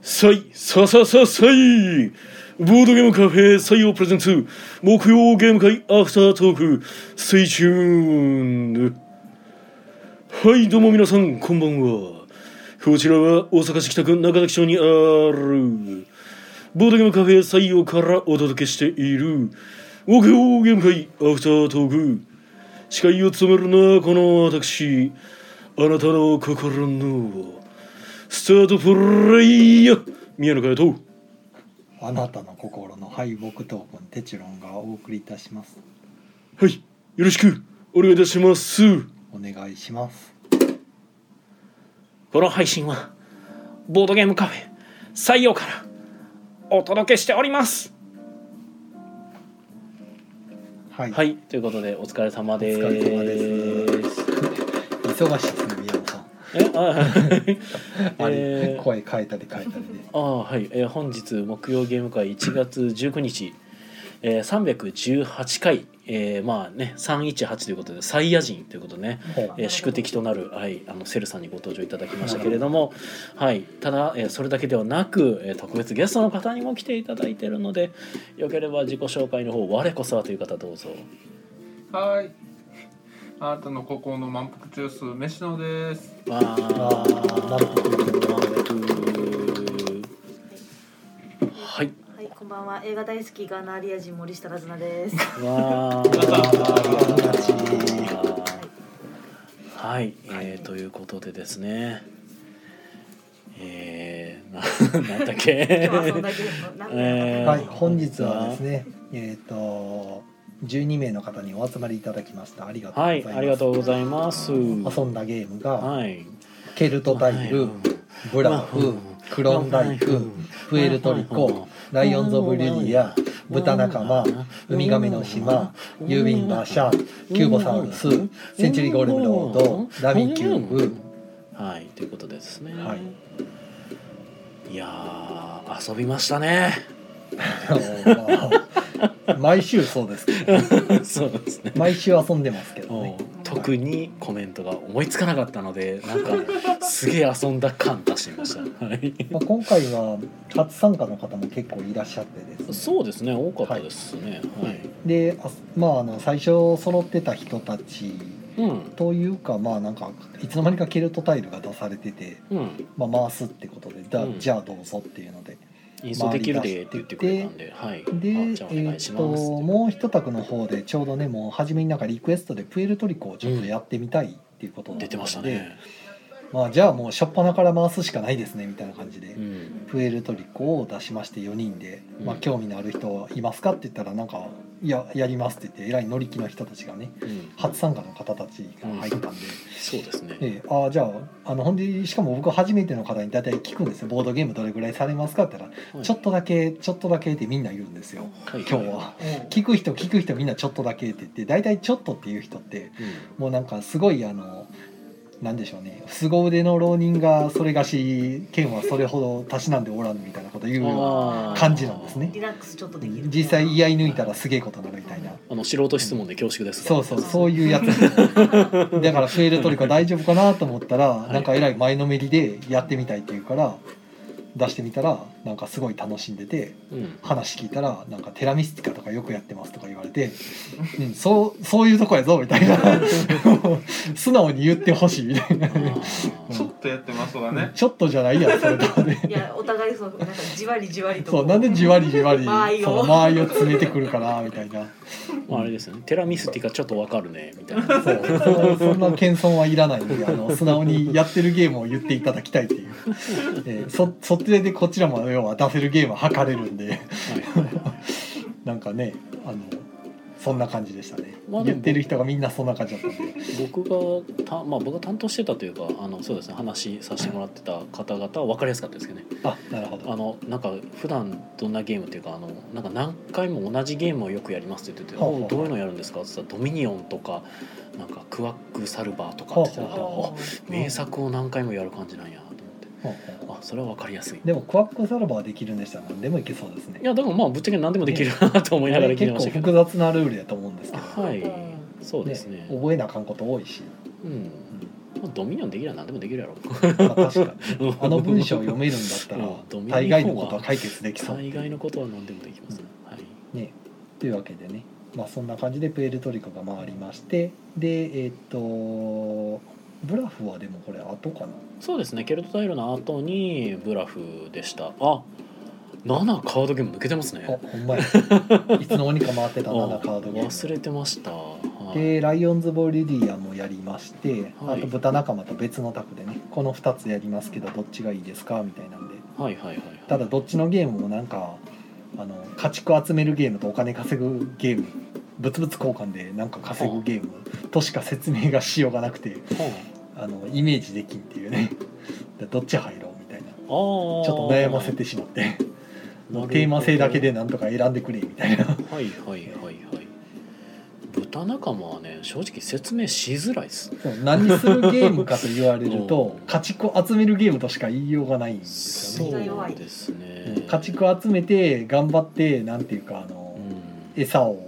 さいささささいボードゲームカフェ採用プレゼンツ木曜ゲーム会アフタートーク Stay tuned はいどうも皆さんこんばんはこちらは大阪市北区中崎町にあるボードゲームカフェ採用からお届けしている木曜ゲーム会アフタートーク司会を務めるのはこの私あなたの心のスタートプレイヤー宮野佳代とあなたの心の敗北闘魂テチロンがお送りいたしますはいよろしくお願いいたしますお願いしますこの配信はボードゲームカフェ採用からお届けしておりますはい、はいということでお疲れ様でお疲れ様す忙しいですね宮野さん、えあ はいあれえー声変えたり変えたりであーはい、えー本日木曜ゲーム会1月19日、えー、318回、えーまあね318ということでサイヤ人ということね、ほうえー宿敵となる、はい、あのセルさんにご登場いただきましたけれども、はい、ただ、えーそれだけではなく、えー特別ゲストの方にも来ていただいているのでよければ自己紹介の方我こそはという方どうぞはーい。あなたの高校の満腹中枢飯野です。わあーなるほどはいはい、こんばんは。映画大好きガーナアリア人森下ラズナです。 わ ありがちはい、えー、ということでですねえー、な なんだっけ今日はそんだけです。なんかえーはい本日はですねえっ、と12名の方にお集まりいただきましたありがとうごはざいいます、ありがとうございます遊んだゲームが、はいケルトタイル、はいブラフ、クロンダイはクいプエルトリコライオンズ・オブ・リュリア豚仲間ウミガメの島ユービン・バーシャキューボサウルスセンチュリー・ゴーレム・ロードラミキューブはいということでですね、はいい、やー遊びました ねまあ毎週そうですけどそうですね毎週遊んでますけどもねう特にコメントが思いつかなかったのでなんかすげえ遊んだ感出してみました、はい、まあ今回は初参加の方も結構いらっしゃってですねそうですね多かったですねはい、であまああの最初揃ってた人たちうんというかまあなんかいつの間にかケルトタイルが出されててうんまあ、回すってことでだ、うんじゃあどうぞっていうのでインストできるでって言ってくれたんで、はい。であじゃあお願えいっしとます。もう一択の方でちょうどねもう初めになんかリクエストでプエルトリコをちょっとやってみたいっていうことだったので、出てましたね。まあ、じゃあもう初っ端から回すしかないですねみたいな感じで、うん。プエルトリコを出しまして4人で、まあ、うん興味のある人いますかって言ったらなんか「いややります」って言ってえらい乗り気の人たちがねうん。初参加の方たちが入ったんで。そうですね。ええ、ああじゃああのほんでしかも僕初めての方に大体聞くんですよ「ボードゲームどれぐらいされますか?」って言ったらはいちょっとだけちょっとだけってみんな言うんですよはい今日は。聞く人聞く人みんなちょっとだけって言って大体ちょっとっていう人ってうんもうなんかすごいあのなんでしょうね凄腕の浪人がそれがし剣はそれほどたしなんでおらんみたいなこと言うよあー感じなんですねリラックスちょっとできる。実際居合抜いたらすげえことになるみたいなあの素人質問で恐縮ですが。そうそうそういう やつだからプエルトリコ大丈夫かなと思ったら、いなんかえらい前のめりでやってみたいって言うから出してみたらなんかすごい楽しんでてうん。話聞いたらなんかテラミスティカとかよくやってますとか言われて、うん、そうそういうとこやぞみたい な素直に言ってほしいみたいなあーちょっとやってますわね。ちょっとじゃないやんそれとかねいや、お互いそう、なんかじわりじわりと。そうなんでじわりじわり 間合いをそう間合いを詰めてくるかなみたいなまああれですよね。テラミスティカちょっとわかるねみたい な。そうそそんな謙遜はいらないんであの素直にやってるゲームを言っていただきたいっていう、えーそそっちでこちらも要は出せるゲームは測れるんでなんかねあのそんな感じでしたね、まあで言もってる人がみんなそんな感じだったんで僕がたまあ僕が担当してたというかあのそうですね話させてもらってた方々は分かりやすかったですけどね。あなるほどあのなんか普段どんなゲームっていうかあのなんか何回も同じゲームをよくやりますって言ってて「ほうほうおうどういうのやるんですか?」って言ったら「ドミニオン」とか「なんかクワックサルバー」とかって言ってたほうあほう名作を何回もやる感じなんやと思っほうほうてあそれは分かりやすい。でもクワックサルバーできるんでしたら何でもいけそうですねいやでもまあぶっちゃけ何でもできるなと 思いながら聞いて結ま構したけ複ど、雑なルールやと思うんですけどはいそうですね覚えなあかんこと多いし、うんうんもうドミニオンできりゃ何でもできるやろまあ確かにあの文章を読めるんだったらうんドミニカン大概のことは解決できそう 災害のことは何でもできます、はいねというわけでねまあそんな感じでプエルトリコが回りましてでえーっとブラフはでもこれ後かなそうですねケルトタイルの後にブラフでしたあ7カードゲーム抜けてますねあほ んまやいつの間にか回ってた7カードあゲー忘れてました、はいムでライオンズ・ボリディアもやりまして、はいあと豚仲間と別のタクでねこの2つやりますけどどっちがいいですかみたいなんではいはいはいはいただどっちのゲームもなんかあの家畜集めるゲームとお金稼ぐゲーム物々交換でなんか稼ぐゲームとしか説明がしようがなくてあのイメージできんっていうね でどっち入ろうみたいなちあょょっと悩ませてしまってなるほどテーマ性だけでなんとか選んでくれみたいなはいはいはいはい豚仲間はね正直説明しづらいですそう何するゲームかと言われ るうとん家畜集めるゲームとしか言いようがないんですそよねうですね家畜集めて頑張ってなんていうかあのうん餌を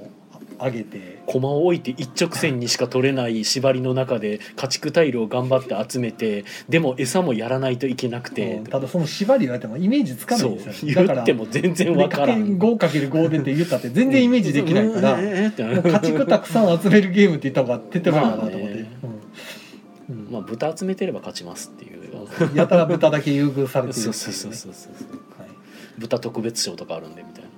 あげて駒を置いて一直線にしか取れない縛りの中で家畜タイルを頑張って集めてでも餌もやらないといけなくてうんただその縛り言われてもイメージつかないそんうですよね言だからっても全然わからん 5×5 でって言ったって全然イメージできないからうんうんもうんうんってなうる家畜たくさん集めるゲームって言った方が手っ取り早いかなと思って、まうんうんまあ豚集めてれば勝ちますっていうやたら豚だけ優遇されてるっていそうそううねそうそうそうはい豚特別賞とかあるんでみたいな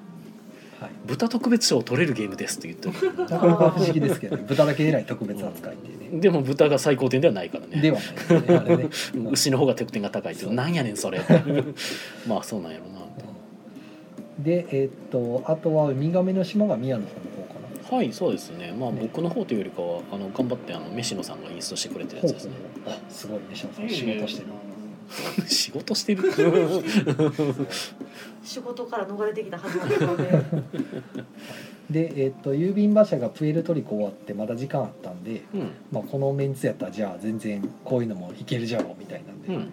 はい豚特別賞を取れるゲームですって言ってるなかなか不思議ですけどね豚だけ偉い特別扱いっていうねでも豚が最高点ではないからねではないですねあれねうん牛の方が得点が高いってそうなんやねんそれまあそうなんやろなでえーっとあとはウミガメの島が宮野さんの方かなはいそうですねまあね僕の方というよりかはあの頑張ってあの飯野さんがインストしてくれてるほやうつですほねうあすごいね島さん仕事してる仕事してる仕事から逃れてきたはずなんですので。でえーっと郵便馬車がプエルトリコ終わってまだ時間あったんでうんまあ、このメンツやったらじゃあ全然こういうのもいけるじゃろうみたいなんで、うんうん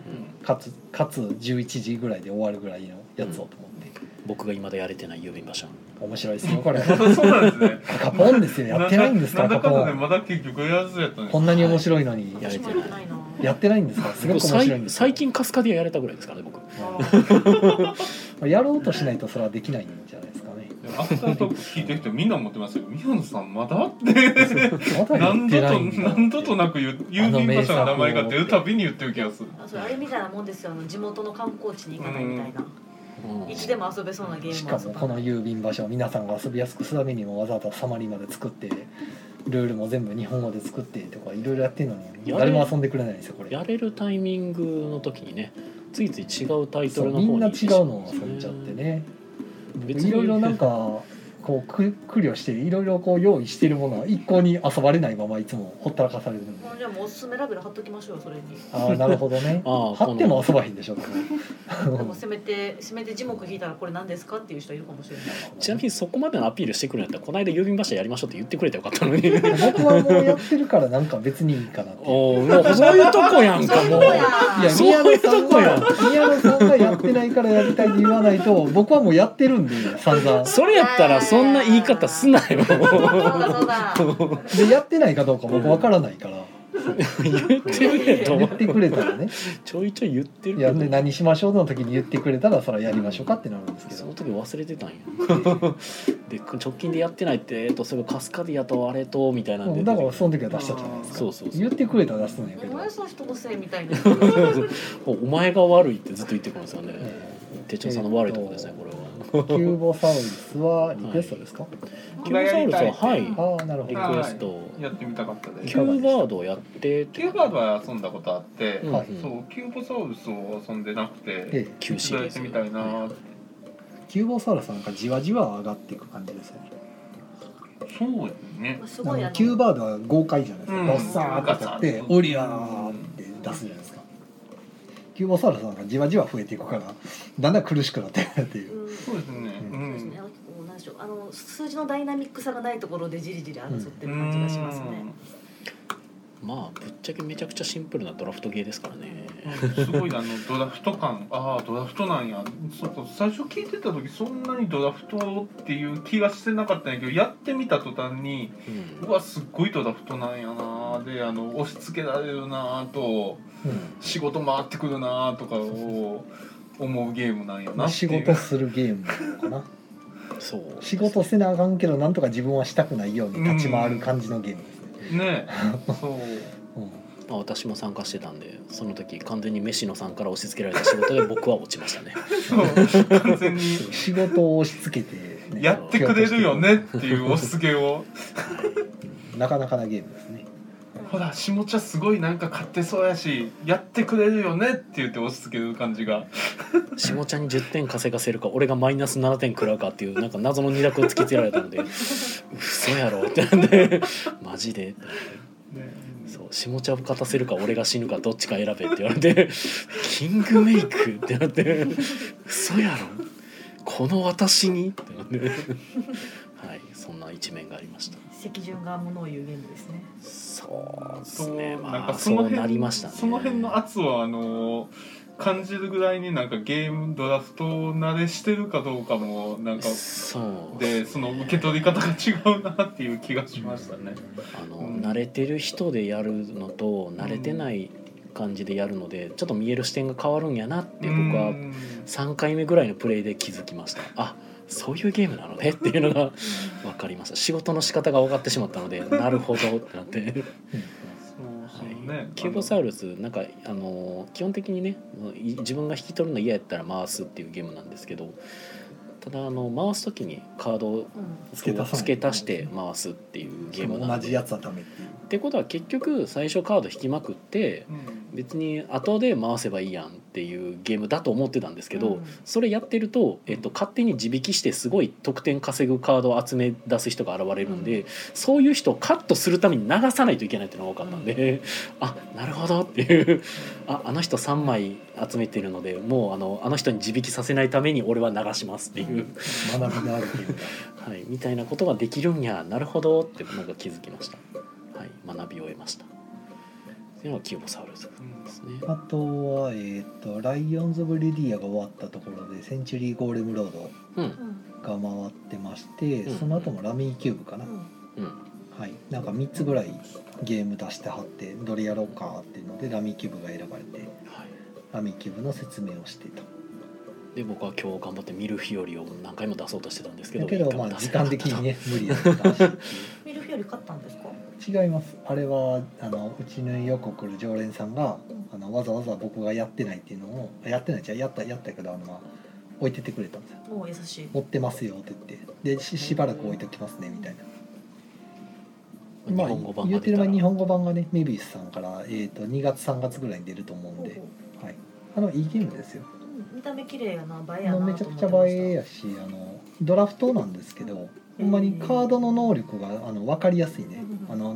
かつかつ11時ぐらいで終わるぐらいのやつをと思って、僕が未だやれてない郵便馬車面白いです よこれそうなんですね。カポンですよ やってないんですかカなんだポかんだでンまだ結局やらずやったねこ。んなに面白いのにやれ私てもないやってないな。やってないんですかすごく面白いん最です最近カスカディアやれたぐらいですからね僕まあやろうとしないとそれはできないんじゃないですか ねアフタートーク聞いてる人みんな思ってますよ。宮野さんまだって。まだや何って度なといんだ何度となく言う郵便馬車の名前が出るたびに言ってる気がする。あそれあれみたいなもんですよあの地元の観光地に行かないみたいな、うんいつでも遊べそうなゲしームかを遊もばこなのい郵便場所を皆さんが遊びやすくするためにもわざわざサマリーまで作ってルールも全部日本語で作ってとかいろいろやってるのにやれ誰も遊んでくれないんですよこれやれるタイミングの時にねついつい違うタイトそうルのみ方んなに違うのを遊んじゃっ てね僕いろいろなんかこうく苦慮していろいろこう用意してるものは一向に遊ばれないままいつもほったらかされるんでもうじゃあもうおすすめラベル貼っときましょうよそれにああなるほどね ああ貼っても遊ばへんでしょででももせめてせめて字幕引いたらこれ何ですかっていう人いるかもしれないちなみにそこまでのアピールしてくるんやったらこの間郵便馬車やりましょうって言ってくれたらよかったのに 僕はもうやってるからなんか別にいいかなっていうおおもうそういうとこやんかもういやそう宮野さんそういうは宮野さんがやってないからやりたいって言わないと僕はもうやってるんで散々それやったらそんな言い方すなよそうだそう だでやってないかどうか僕わからないから言ってるけ言どってくれたらねちょいちょい言ってるいけやどで何しましょうの時に言ってくれたらそれはやりましょうかってなるんですけそのど時忘れてたんや で直近でやってないってえっとそれカスカディアとあれとみたいなんうでんだからその時は出したじゃないですかそうそうそう言ってくれたら出すんやけおど、前その人のせいみたいなお前が悪いってずっと言ってくるんですよね手帳さんの悪いところですねこれはキューボサウルスはリクエストですか、キューブサウルスははいああなるほリど、クはエストやってみたかったでキす。ューバードをやってキューバードは遊んだことあって、うんはいそうキューボサウルスを遊んでなくて、ええ、旧シ一度リーやってズみたいなは。キューボサウルスなんかじわじわ上がっていく感じですよねそうですね。すあごいあののキューバードは豪快じゃないですか、うんガッサーってやってガッサー「オリアー!」って出すじゃないですかキューボサウルスなんかじわじわ増えていくからだんだん苦しくなってくるっていううんそうですね。うそうですんね。あのこうなんでしょうあの数字のダイナミックさがないところでじりじり争ってる感じがしますね、まあぶっちゃけめちゃくちゃシンプルなドラフトゲーですからね、すごいあのドラフト感ああドラフトなんやそうそう最初聞いてた時そんなにドラフトっていう気がしてなかったんやけどやってみた途端にうんうわすっごいドラフトなんやなであの押し付けられるなと仕事回ってくるなとかを思うゲームなんやなって仕いう事するゲームなのかなそう仕事せなあかんけどなんとか自分はしたくないように立ち回る感じのゲームですね、ねそううんまあ、私も参加してたんでその時完全にメシノさんから押し付けられた仕事で僕は落ちましたねそう完全に仕事を押し付けて、ねやってくれるよねっていうおすげをなかなかなゲームですねほら下茶すごいなんか買ってそうやしやってくれるよねって言って押し付ける感じが下ちゃんに10点稼がせるか俺がマイナス7点食らうかっていうなんか謎の二択を突きつけられたので嘘やろってなんでマジでねそう下茶を勝たせるか俺が死ぬかどっちか選べって言われて「キングメイク」ってなって「嘘やろこの私に」ってなってはいそんな一面がありました席順がものを言うゲームですね。そうですそうねなんまかあそそのう辺なりましたねその辺の圧をあの感じるぐらいになんかゲームドラフト慣れしてるかどうかもなんかそうでその受け取り方が違うなっていう気がしましたね。あの、うん慣れてる人でやるのと慣れてない感じでやるのでちょっと見える視点が変わるんやなって僕はうん3回目ぐらいのプレイで気づきましたあそういうゲームなの ねっていうのが分かりました仕事の仕方が分かってしまったの でなるほどってなって、そうそはういね。キューボサウルスなんかあの基本的にねい自分が引き取るの嫌やったら回すっていうゲームなんですけどただあの回す時にカードをうん。付け足さない付け足して回すっていうゲームな同のでじやつはダメっていうってことは結局最初カード引きまくってうん別に後で回せばいいやんっていうゲームだと思ってたんですけど、うんそれやってると、えっと、勝手に地引きしてすごい得点稼ぐカードを集め出す人が現れるんで、そういう人をカットするために流さないといけないっていうのが多かったんで、 あなるほどっていうああの人3枚集めてるのでもうあのあの人に地引きさせないために俺は流しますっていう、うん学びのあるゲームだはい、みたいなことができるんやなるほどってなんか気づきました、はい、学びを得ましたっていうのがキューボサウルスですねあとは、えー、とライオンズ・オブ・リディアが終わったところでセンチュリー・ゴーレム・ロードうんが回ってまして、うんその後もラミーキューブかな、うん。うんはいなんか3つぐらいゲーム出してはってどれやろうかっていうのでラミーキューブが選ばれてはいラミーキューブの説明をしてたで僕は今日頑張ってミルフィオリを何回も出そうとしてたんですけどだけど一回まもあ出せ時なかっ間た的にね無理だったしミルフィオリ買ったんですか。違いますあれはあのうちのよく来る常連さんがあのわざわざ僕がやってないっていうのをあやってないじゃうやったやったけどあの置いててくれたんですよもう優しい。持ってますよって言ってでししばらく置いときますねみたいな ま日あ本語版言がって出るた前らに日本語版がねメビウスさんから、えー、と2月3月ぐらいに出ると思うんで、はい、あのいいゲームですようん見た目綺麗やな、あ映えやのな。めちゃくちゃ映えやしあのドラフトなんですけどほんまにカードの能力があの分かりやすいねうんあの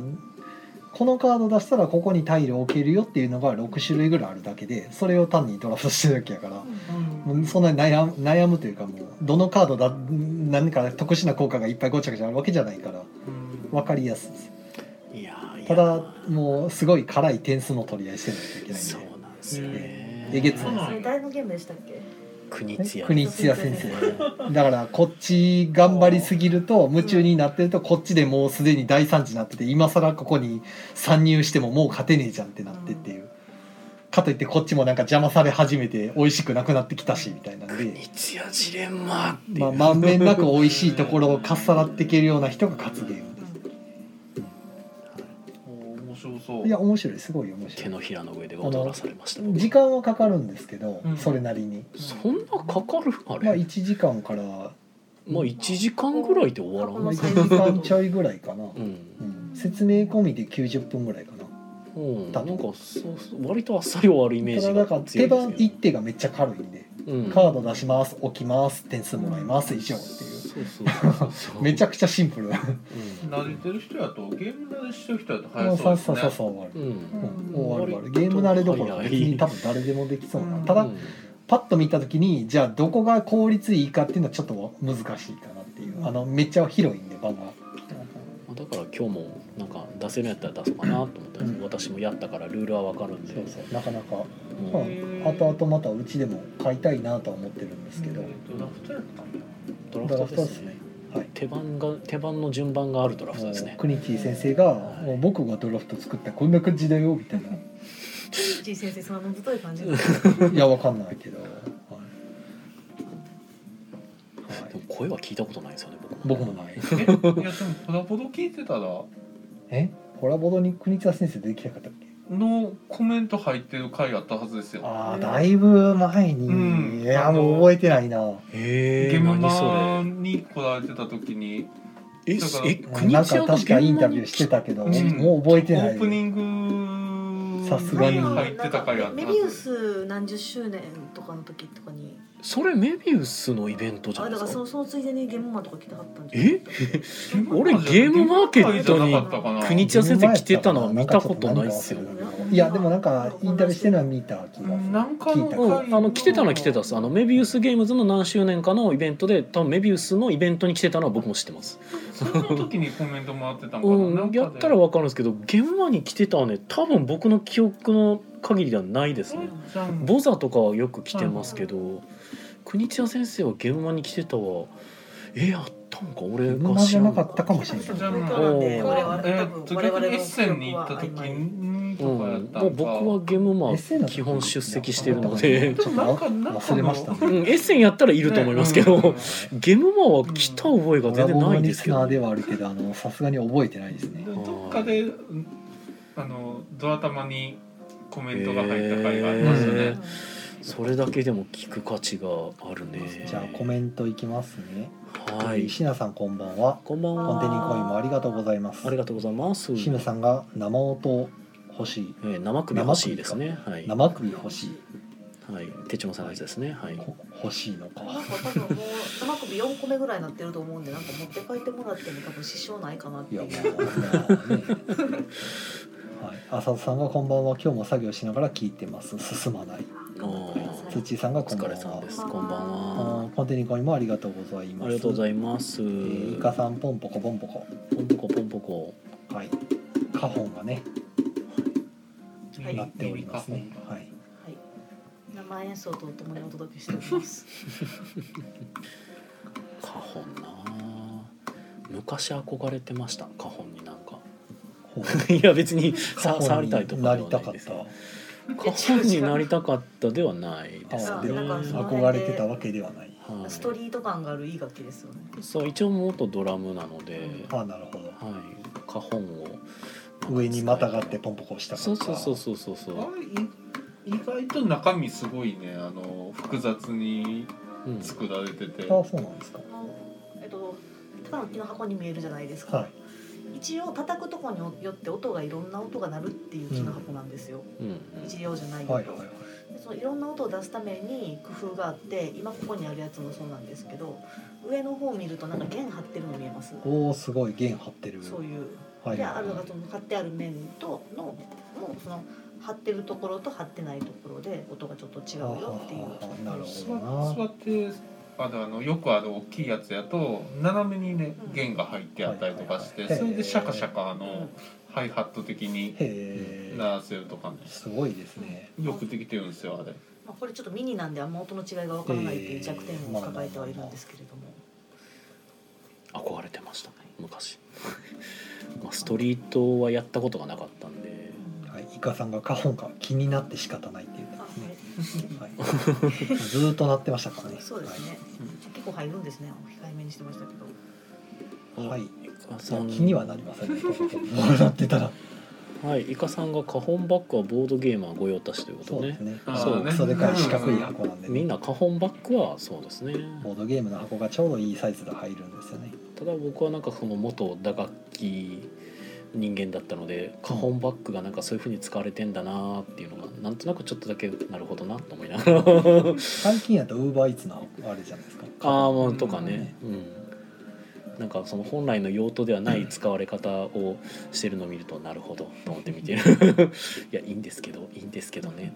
このカード出したらここにタイルを置けるよっていうのが6種類ぐらいあるだけでそれを単にドラフトしてるだけやからもうそんなに悩む悩むというかもうどのカードだ何か特殊な効果がいっぱいごちゃごちゃあるわけじゃないからうん分かりやすいですいやーいやただもうすごい辛い点数の取り合いしてないといけないんそでうなんですよねえげつうん。なそれ誰のゲームでしたっけ。国ね津屋国津屋先生だからこっち頑張りすぎると夢中になってるとこっちでもうすでに大惨事になってて今更ここに参入してももう勝てねえじゃんってなってっていうかといってこっちもなんか邪魔され始めて美味しくなくなってきたしみたいなんで国。津屋ジレンマっていう、まあ、まんべんなく美味しいところをかっさらっていけるような人が勝つゲームです。おー面白そう。いや面白いすごい面手白い。のひらの上で踊らされました時間はかかるんですけど、うんそれなりに。そんなかかるあれ、まあ1時間から、まもう1時間ぐらいで終わらあ、んま1あ時間ちょいぐらいかな。うんうん、説明込みで90分ぐらいかな。うん、なだとんかそうそう割とあっさり終わるイメーたジだながんか強手いで番すけ一ど、手がめっちゃ軽いんで、うん、カード出します置きます点数もらいます以上っていうそうそうそうそう めちゃくちゃシンプル慣れてる人やとゲーム慣れしてる人やとそう早そそううですそうね。そう終うわる、ん、うんうん終わる終わるゲーム慣れどころか別に多分誰でもできそうなうんたうだんパッと見た時にじゃあどこが効率いいかっていうのはちょっと難しいかなっていうあのめっちゃ広いんで場がだだから今日もなんか出せるんやったら出そうかなと思ったんですけど私もやったからルールは分かるんでそうそうなかなか、まもあううん、後々またうちでも買いたいなとは思ってるんですけど、ドラフトやったんだドラフトですねはい手番が手番の順番があるドラフトですねクニティ先生が、はいもう僕がドラフト作ったこんな感じだよみ たいなちい先生そんなのぶとい感じ。いやわかんないけど、はいはでいも声は聞いたことないですよね僕も僕もないえいやでもポラポド聞いてたらえコラボドに国田先生出てきなかったっけのコメント入ってる回あったはずですよああだいぶ前に、うんいやもう覚えてないなへえ現何場そに来られてた時にれえだからえうんなんか確かインタビューしてたけど、うんもう覚えてオないープニングさすがに入ってた回があったメはビウずス何十周年とかの時とかに。それメビウスのイベントじゃあないだですからそかのそのついでにゲームマンとか来たかったんゲームマー俺ゲームマーケットにゲームマーケットじゃなかったかな国千谷先生来てたのは見たことないっすよいやでもなんかインタビューしてるのは見た気がするなんか聞いのた回うん、あの来てたのは来てたですあのメビウスゲームズの何周年かのイベントで多分メビウスのイベントに来てたのは僕も知ってます、その時にコメントもらってたんかななうんん、かでやったら分かるんですけど現場に来てたはね多分僕の記憶の限りではないですねじゃんボザとかはよく来てますけど国千谷先生は現場に来てたはえやったんか俺現場がじ知ゃらなんかったかもしれないじゃあなうんんで我々え多ーっと分我逆々にのエッセンに行った記時憶は曖昧にうん、とかやったんか、もう僕はゲームマー基本出席してるのでちょっとなんかなんか忘れましたね うん、エッセンやったらいると思いますけど、ゲームマーは来た覚えが全然ないんですけコど、ラボのリスナーではあるけどあのさすがに覚えてないですねうんどっかでうんあのドア玉にコメントが入った回がありましたね、へーそれだけでも聞く価値があるねじゃあコメントいきますね、はいシナさんこんばんはこんばんコンはテニーコインもありがとうございますありがとうございますシムさんが生音欲しいえー生首欲しいですねはい、は生首欲しいい、手帳さんのやつですねはいこ欲しいのかなんか多分もう生首4個目ぐらいになってると思うんでなんか持って帰ってもらっても多分支障ないかなっていいやうもう、ねはい、浅田さんがこんばんは今日も作業しながら聞いてます進まないあー土井さんがおこんば疲んれさんはですこんばんはあーコンテニコインもありがとうございますありがとうございます、えーイカさんポンポコポンポコポンポコポンポコはいカホンがねはいなっておりますねはいはい生演奏とともにお届けしておりますカホンな昔憧れてましたカホンになんかほういや別にカさホンに触りたいとかなでりはたないかっですたカホンになりたかったではないですああでなんかねその憧れてたわけではないはいストリート感があるいい楽器ですよねそう一応元ドラムなので、あーなるほどはい、花本を上にまたがってポンポコしたかったそうそうそうそうそうそう、あれい意外と中身すごいねあの複雑にうん、作られてて、あーそうなんですかあのえっとただの木の箱に見えるじゃないですか、はい一応叩くとこによって音がいろんな音が鳴るっていう木の箱なんですよ、うんうん一量じゃないよ、はいはいはいでそのいろんな音を出すために工夫があって今ここにあるやつもそうなんですけど上の方を見るとなんか弦張ってるの見えますおおすごい弦張ってるそういうはいではあいるのがその貼ってある面とのもうその貼ってるところと貼ってないところで音がちょっと違うよっていうあーなるほ座ど座ってあのあのよくある大きいやつやと斜めにねうん弦が入ってあったりとかして、はいはいはいそれでシャカシャカあうのんハイハット的にへ鳴えらせるとかねすごいですねよくできてるんですよあれまあ、これちょっとミニなんであんま音の違いがわからないっていう弱点を抱えてはいるんですけれども、憧れてましたね昔まあストリートはやったことがなかったんではい、イカさんがカホンが気になって仕方ないっていうねあはは、い、 ずーっと鳴ってましたからねいそうですね、結構入るんですね控えめにしてましたけどはい、はい、いイカさやん気にはなりませんね鳴ってたらはいイカさんが花本バッグはボードゲーマー御用達ということそうねですねあそーうねそれから四角い箱なんで、ね、みんな花本バッグはそうですねボードゲームの箱がちょうどいいサイズで入るんですよねただ僕はなんかその元打楽器人間だったので花本バッグがなんかそういうふうに使われてんだなっていうのがなんとなくちょっとだけなるほどなと思いながら最近やとウーバーイーツの箱あれじゃないですかああもうとかね、うん、なんかその本来の用途ではない使われ方をしてるのを見るとなるほどと思って見て るいやいいんですけどいいんですけどね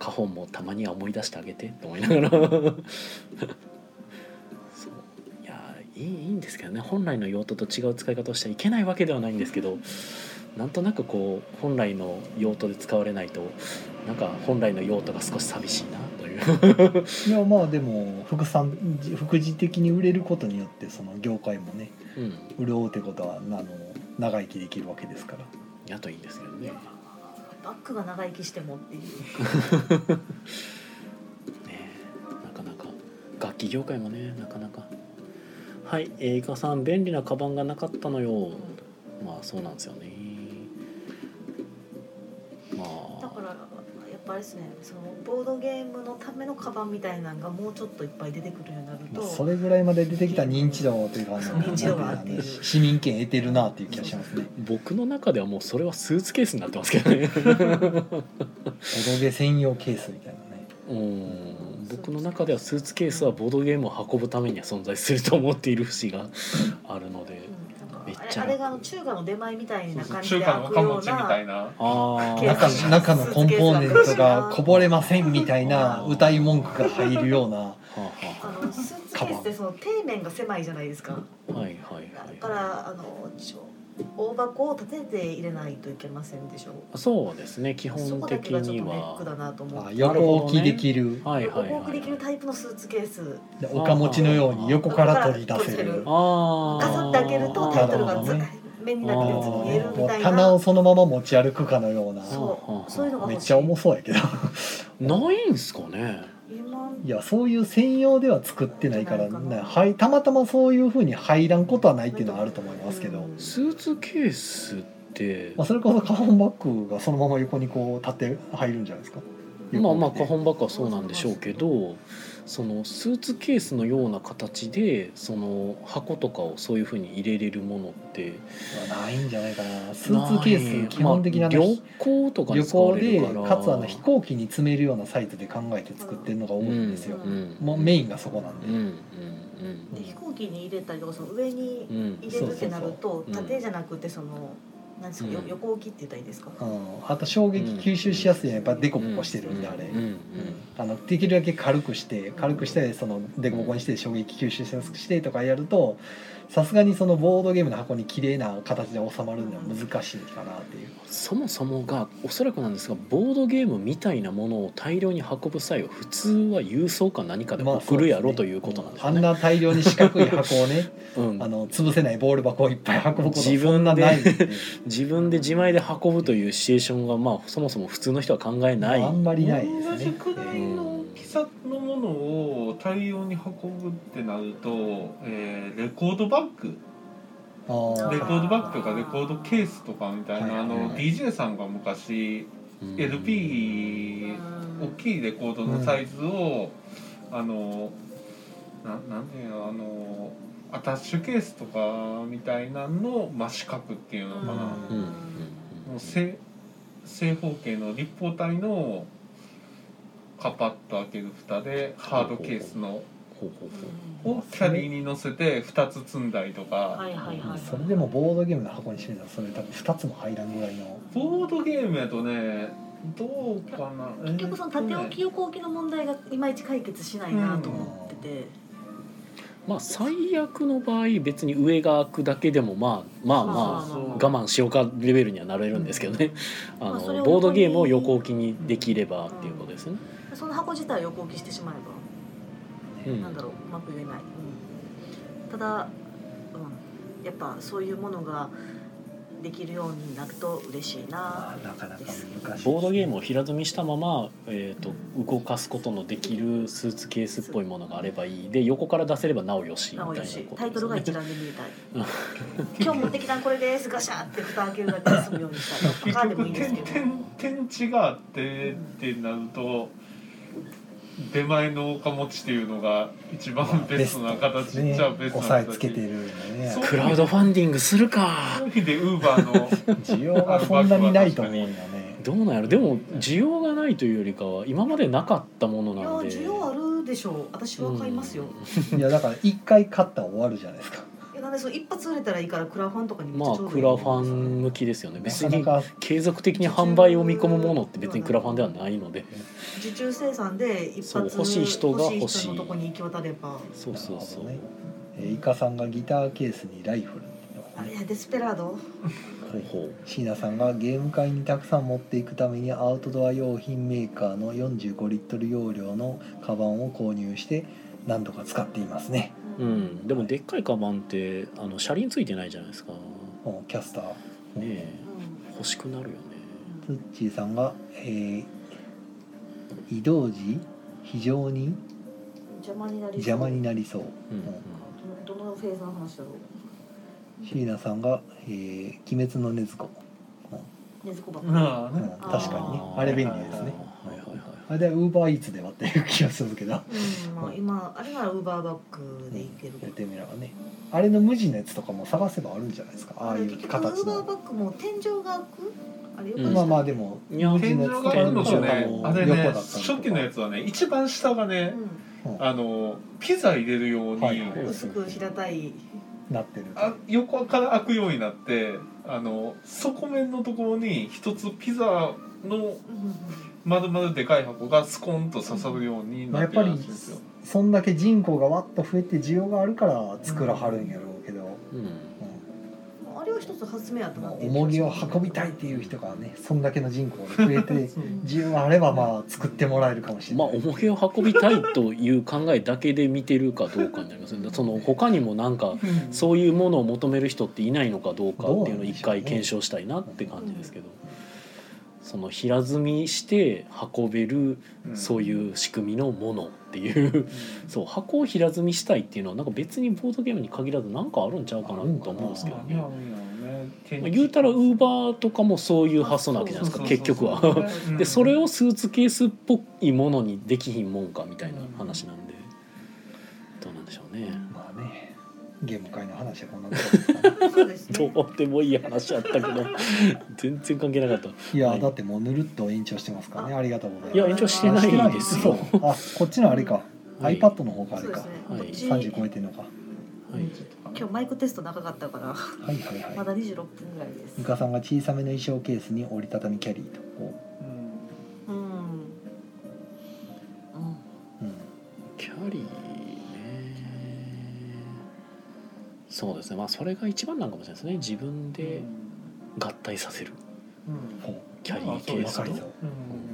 花本もたま には思い出してあげてと思いながらそういやいいいいんですけどね本来の用途と違う使い方をしちゃいけないわけではないんですけどなんとなくこう本来の用途で使われないとなんか本来の用途が少し寂しいなといういやまあでも副産副次的に売れることによってその業界もね うん潤うってことはあの長生きできるわけですからやといいんですけどねバックが長生きしてもっていうねえなかなか楽器業界もねなかなかはいえー、イカさん便利なカバンがなかったのよまあそうなんですよねまだかあらやっぱりですねそのボードゲームのためのカバンみたいなのがもうちょっといっぱい出てくるようになるまとあそれぐらいまで出てきた認知度というかあのそう認知度があってなんていうかね市民権得てるなっていう気がしますね僕の中ではもうそれはスーツケースになってますけどね ボドゲ専用ケースみたいなねうん僕の中ではスーツケースはボードゲームを運ぶためには存在すると思っている節があるのでうんなんかめっあれちゃあれがあの中華の出前みたいな感じ中で華開くの赤よう餅みたいななあケース中あの中のコンポーネントがこぼれませんみたいな歌い文句が入るよう なあのスーツケースってその底面が狭いじゃないですかはいはいだかはらあのちょ大箱を立てて入れないといけませんでしょいそうですね基そ本こだけ的がちょっにとネはックだなと思って横置きできるはいはい横は置きいできるタイプのスーツケースでおかもちのように横から取り出せるあガあサッて開けるとタイトルがず目になってるやつに見えるみもたうい棚をなそのまま持ち歩くかのようなそうそういうのがめっ欲しちいゃ重そうやけど ないんすかね今いやそういう専用では作ってないからねはいたまたまそういうふうに入らんことはないっていうのはあると思いますけど、うんスーツケースってまあ、それこそカホンバッグがそのまま横にこう立って入るんじゃないですかまあまあカホンバッグはそうなんでしょうけどそのスーツケースのような形でその箱とかをそういうふうに入れれるものってないんじゃないかなスーツケース基本的な、まあ旅行とか旅に使わ行れるでからかつあの飛行機に詰めるようなサイズで考えて作ってるのが多いんですよ、うんうんもうメインがそこなんうで、んうんで飛行機に入れたりとかその上にうんうん入れるってなるとうん縦じゃなくてその何ですかようん横置きって言ったらいいですかうん、あと衝撃吸収しやすいのはやっぱデコボコしてるんであれ、うんうんあのできるだけ軽くして軽くしてそのデコボコにして衝撃吸収しやすくしてとかやるとさすがにそのボードゲームの箱に綺麗な形で収まるのは難しいかなっていうそもそもがおそらくなんですがボードゲームみたいなものを大量に運ぶ際は普通は郵送か何かで送るやろということなんですあよんね。な大量に四角い箱をねうんあの潰せないボール箱をいっぱい運ぶことは自分でそんなないんで自分で自前で運ぶというシチュエーションがまあそもそも普通の人は考えない。あんまりないです同じね。くらいの大きさのものを大量に運ぶってなると、えーレコードバッグあーレコードバッグとかレコードケースとかみたいなあはいはいのはい DJ さんが昔うん LP 大きいレコードのサイズを、あのななんていうのあのアタッシュケースとかみたいなのの真四角っていうのかな、うんうんうんもう正正方形の立方体のカパッと開ける蓋でハードケースのほうほうほをキャリーに乗せて2つ積んだりとはかいはいはいそれでもボードゲームの箱にしてみたらそれ多分2つも入らんぐらいのボードゲームやとねどうかな結局その縦置き横置きの問題がいまいち解決しないなと思っててうまあ最悪の場合別に上が開くだけでもまあまあまあま我あ慢しようかレベルにはなれるんですけどね。あまあそれのをボードゲームを横置きにできればっていうことですね。その箱自体を横置きしてしまえばうんなんだろううまく言えない、うんただ、うん、やっぱそういうものができるようになると嬉しいなまあなかなか難しいですねボードゲームを平積みしたまま、えー、と動かすことのできるスーツケースっぽいものがあればいいで横から出せればなおよしみたないなことおよですしね、タイトルが一覧で見えたい 今日持ってきたんこれですガシャって蓋開けるだけで済むようにしたい結カーでもい局いんです点けど点点地があってってなると出前の岡持ちっていうのが一番ベストなで形すっねちゃベストな抑え形つけてるんでねそうクラウドファンディングするそうかいう意味でウーバーの需要がそんなにないと思うんよねどうなんやろでも需要がないというよりかは今までなかったものいなやので需要あるでしょう私は買いますよ、いやだから一回買ったら終わるじゃないですかいやなんでそう一発売れたらいいからクラファンとかにめっちまゃあちょうどいクいラファン向きですよね別なかになか継続的に販売を見込むものって別にクラファンではないので受注生産で一そう発欲しい人が欲しい欲しい人のとこに行き渡ればそうそうそう、なるほどねえーイカさんがギターケースにライフルあれデスペラードほ椎名さんがゲーム会にたくさん持っていくためにアウトドア用品メーカーの45リットル容量のカバンを購入して何度か使っていますねう、うん、でもでっかいカバンってあの車輪ついてないじゃないですかねおキャスターえうん欲しくなるよねツッチーさんが、えー移動時非常に邪魔になりそう邪魔になりそう、うんどのフェーズの話だろ椎名さんが、えー「鬼滅の禰豆子」うねずこばっかまあうんね確かにねあれ便利ですねあーはいはいはいあれでウーバーイーツで割ってる気がするけどやりうんまあ今あれならウーバーバックでいけるけどってみればねあれの無地のやつとかも探せばあるんじゃないですかああいう結局ウ形ーバーバのックも天井が開くあれよくうんまあまあでもいや天井があるのとねあれね初期のやつはね一番下がねうあのピザ入れるように、はいはいん、薄く平たいなってるあ横から開くようになってあの底面のところに一つピザの丸々でかい箱がスコンと刺さるようにまあやなっってぱるらりしいんですよ。そんだけ人口がわっと増えて需要があるから作らはるんやろうけど、うんうあれは一つ発明やったんなまあっていう気重りをがする運びたいっていう人がねそんだけの人口が増え てうん需要があればまあ作ってもらえるかもしれまなあい、重げを運びたいという考えだけで見てるかどうかになりますねその他にもなんかそういうものを求める人っていないのかどうかっていうのを一回検証したいなって感じですけどその平積みして運べるそうういう仕組みのものっていうそう箱を平積みしたいっていうのはなんか別にボードゲームに限らずなんかあるんちゃうかなと思うんですけどね。まあ、言うたらウーバーとかもそういう発想なわけじゃないですか結局は。 でそれををスーツケースっぽいものにできひんもんかみたいな話なんでどうなんでしょうね。まあねゲーム会の話はこんなとこですか ねそうどですねうでもいい話あったけど 全然関係なかった。いやはいだってもうぬるっと延長してますからねありがとうございますいや延長してないですよ。あこっちのあれか、はい iPad の方かあそれうでか、すねはいこっち30超えてんのかはい今日マイクテスト長かったからはいはいはい、まだ26分ぐらいですゆかさんが小さめの衣装ケースに折りたたみキャリーとこうんうんう、うん、キャリーねそうですねまあそれが一番なんかもしれないですね自分で合体させるほキャリーケうーわスかとりそう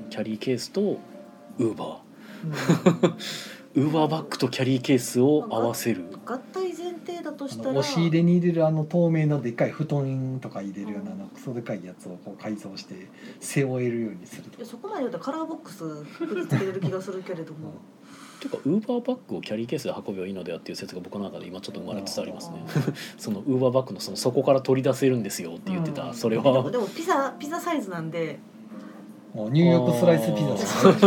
キャリーケースとウーバーウーバーバッグとキャリーケースを合わせる合体前提だとあしたらの押し入れに入れるあの透明のでっかい布団とか入れるようなあのクソでかいやつをこう改造して背負えるようにするといやそこまで言うとカラーボックスくっつけれる気がするけれどもていうかウーバーバッグをキャリーケースで運べばいいのではっていう説が僕の中で今ちょっと生まれつつありますね そのウーバーバッグのその底から取り出せるんですよって言ってうたんそれで もはでもピザピザサイズなんでもうニューヨークスライスピザです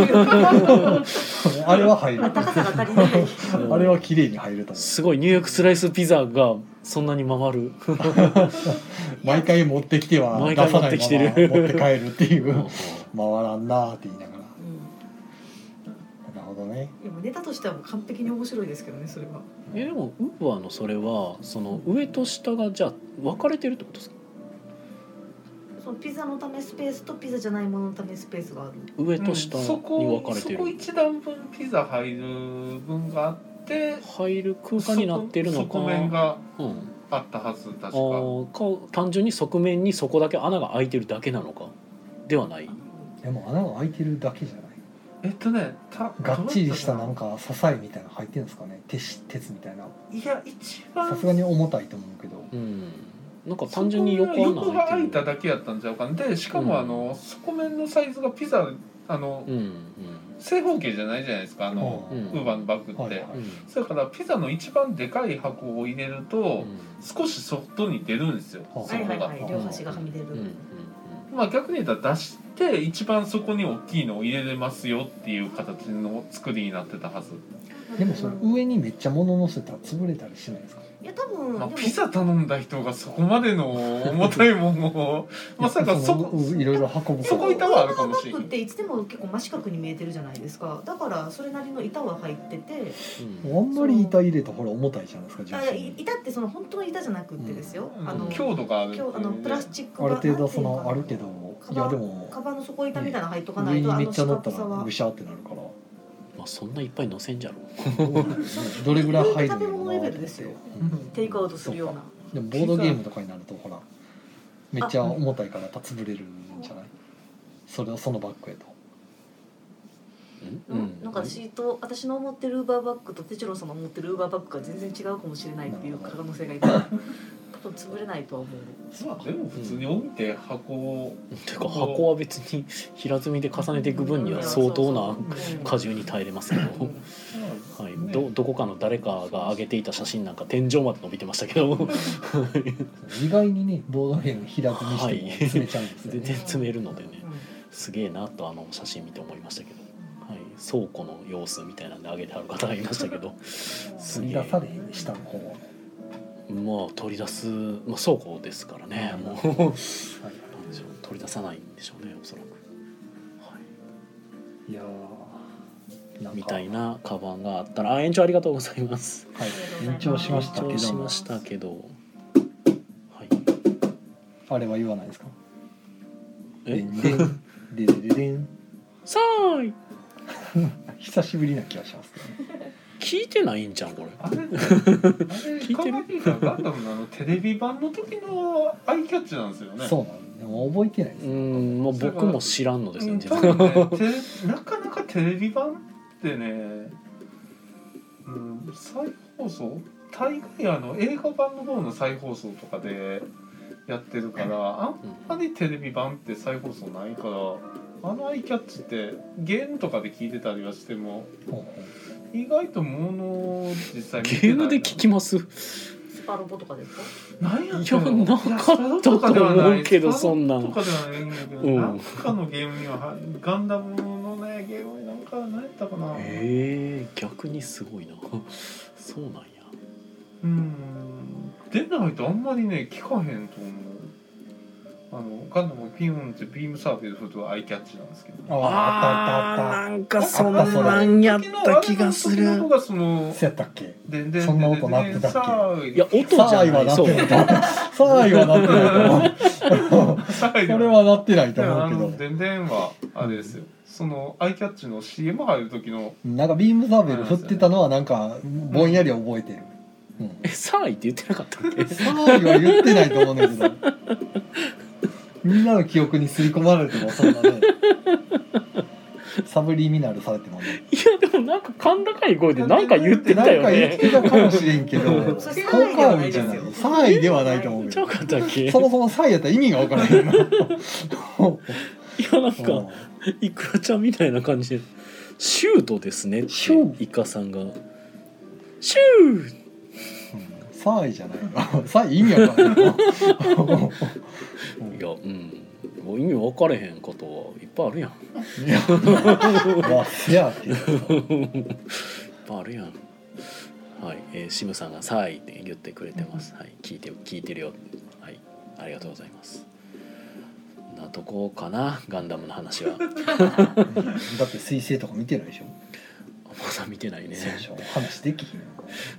ねあれは入る高さが足りないあれは綺麗に入るとすごいニューヨークスライスピザがそんなに回る思う毎回持ってきては毎出回持さっなていきてるまま持って帰るっていうん う回らんなーって言いながらなうんるほどねでもネタとしてはもう完璧に面白いですけどねそれはえでもウーバーのそれはその上と下がじゃあ分かれてるってことですかそのピザのためスペースとピザじゃないもののためスペースがある上と下にそ分こかれそてこる一段分ピザ入る分があって入る空間になってるのか側面がうん、あったはず確かあーか単純に側面にそこだけ穴が開いてるだけなのかではないでも穴が開いてるだけじゃないえっとねたがっちりしたどなうんやかっ支えみたいなの入ってるんですかね鉄鉄みたいなたかないや一さ番すがに重たいと思うけどうんなんか単純に横穴そこが開開いいてたるだけやったんちゃうかなでしかうんもあの、底面のサイズがピザあの、うん正方形じゃないじゃないですかあの、うんウーバーのバッグって、はいはいうんそれからピザの一番でかい箱を入れると、うん少し外に出るんですよ、はあそはこいはいが、はい両端がはみ出る、うんうんまあ逆に言ったら出して一番そこに大きいのを入れれますよっていう形の作りになってたはず、でもそれ上にめっちゃ物乗せたら潰れたりしないですかいや多分、でまあ、もピザ頼んだ人がそこまでの重たいもんをまさかそこいろいろ運ぶそこいたウーわあバるかーもバしれッんグっていつでも結構真四角に見えてるじゃないですかだからそれなりの板は入っててうんうんあんまり板入れたほら重たいじゃないですか重あ心いに板ってその本当の板じゃなくってですよ、うんあの強度があるっていう今日あのプラスチックあるが程度そのあなんるてけいうどのいやでもかなカバンの底板みたいなの入っとかな上いと、にあめっのちゃ四乗った角さらはぐしゃってなるからままあ、そんないっぱい載せんじゃろどれぐらい入る食べの物かレなベってルですようんテイクアウトするようなでもボードゲームとかになるとほらめっちゃ重たいから潰れるんじゃないそれをそのバッグへとう。なんか私と私の持ってるウーバーバッグとテチロンさんの持ってるウーバーバッグが全然違うかもしれないっていう可能性がいっぱいある多分潰れないとは思うまあでも普通に置いて箱をてか箱は別に 平積みで重ねていく分には相当な荷重に耐えれますけど、はい、どどこかの誰かが上げていた写真なんか天井まで伸びてましたけど 意外にねボードゲーム開くにしてもはい詰めちゃうんですよ全 ね、然詰めるのでねすげえなとあの写真見て思いましたけど、はい、倉庫の様子みたいなんで上げてある方がいましたけどすげ取りえ出されへんね下の方は、はまあ取り出す、まあ、倉庫ですからねもう。いなんでしょう取り出さないんでしょうねおそらく、はいやーなんかみたいなカバンがあったらあ延長ありがとうござい ますはい、延長しましたけど延も長しましたけどはいあれは言わないですかでえんでんででででんさーい久しぶりな気がしますけどね聞いてないんじゃんこれあ れあいれてる鏡がガンダムのあのテレビ版の時のアイキャッチなんですよね。そうなんでも覚えてないでうす、んもう僕も知らんのですうねん実多は分ねテレなかなかテレビ版ってね、うん、再放送大概あの映画版の方の再放送とかでやってるからあんまりテレビ版って再放送ないからあのアイキャッチってゲームとかで聞いてたりはしてもほうほ意外ともの実際見てないゲームで聞きますいスパロボとかですかなんややなかったと思うけどそんなとんかではないんだけど、うんなんかのゲームにははガンダムのねゲームになんか何やったかな、えー、逆にすごいなそうなんやうん出ないとあんまりね聞かへんと思うあのガンダムがピンってビームサーベル振るとアイキャッチなんですけど、あああったあったあっんかそんなんやあれの時のがそのたそうやったっけでんでんでんでんそんな音鳴ってたっけさあいや音じさあゃいはなないっそうてないと思うさあいはなってないと思うさあそれはなってないとあ思うのけどでんでんはあれですよそのアイキャッチの CM 入る時のなんかビームサーベル振ってたのはなんかぼんやり覚えてる、うん、えさあいって言ってなかったっけさあいは言ってないと思うんだけどみんなの記憶に刷り込まれてもそんなねサブリミナルされてもねいやでもなんか甲高い声でなんか言ってたなんよか言っね。てたかもしれんけど効そ果れ騒いでは音ないじゃですない騒よいではないと思うちゃようかったっけ？いやそもそもサイやったら意味が分からへん ななんかイクラちゃんみたいな感じでシュートですねってシュイカさんがシューサイじゃないよサイ意味わからんよいやうんもう意味分かれへんことはいっぱいあるやん。いいやまあせやけどっぱいあるやん。はい、えー、シムさんがさあいって言ってくれてます。はい聞いて聞いてるよ。はいありがとうございます。なとこかなガンダムの話 は。だって彗星とか見てないでしょまだ見てないね。そうでしょ話できひんよ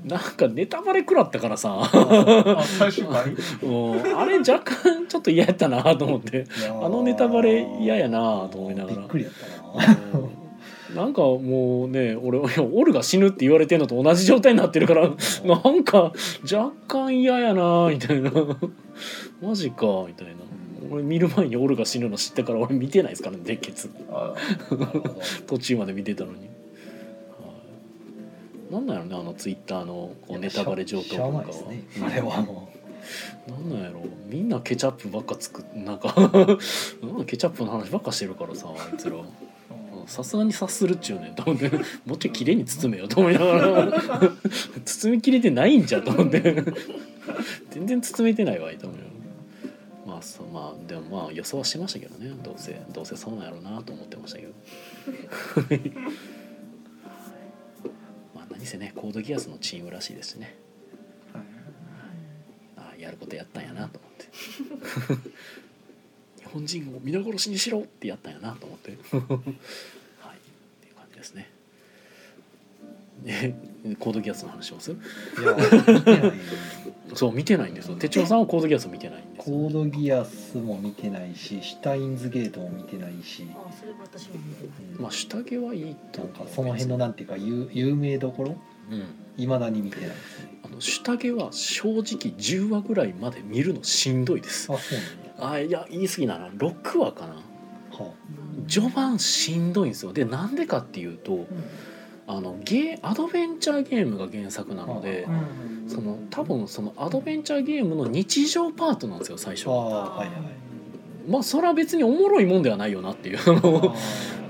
なんかネタバレ食らったからさ。あ最終 回うんあれ若干ちょっと嫌やったなと思っていやーあのネタバレ嫌やなと思いながらびっくりやったなうんなんかもうね俺いやオルが死ぬって言われてるのと同じ状態になってるからなんか若干嫌やなみたいなマジかみたいな俺見る前にオルが死ぬの知ってから俺見てないですからね熱血あなるほど途中まで見てたのに。はいなんなんやろねあのツイッターのこうネタバレ状況しゃあとないかではすねあれはもなんなんやろみんなケチャップばっか作っなんか なんかケチャップの話ばっかしてるからさあいつらさすがに察するっちゅうねんと思ってもうちょい綺麗に包めよと思いながら 包みきれてないんじゃと思って全然包めてないわいと思うよまあそうまあでもまあ予想はしてましたけどねどうせどうせそうなんやろうなと思ってましたけど まあ何せねコードギアスのチームらしいですしねああやることやったんやなと思って 日本人を皆殺しにしろってやったんやなと 思ってはいっていう感じですねえコードギアスの話しますういや見てないよそう見てないんですよ手帳さんはコードギアス見てないんですコードギアスも見てないしシュタインズゲートも見てないし、あそれも私も見てないうんまあ下着はいいとなん思うかその辺のなんていうか有有名どころうんいまだに見てないですねあの下着は正直10話ぐらいまで見るのしんどいですあそうなんだあいや言い過ぎだな6話かなは序盤しんどいんですよでなんでかっていうとあのゲーアドベンチャーゲームが原作なのでうんその多分そのアドベンチャーゲームの日常パートなんですよ最初あああはいはいまあそれは別におもろいもんではないよなっていうあ あのー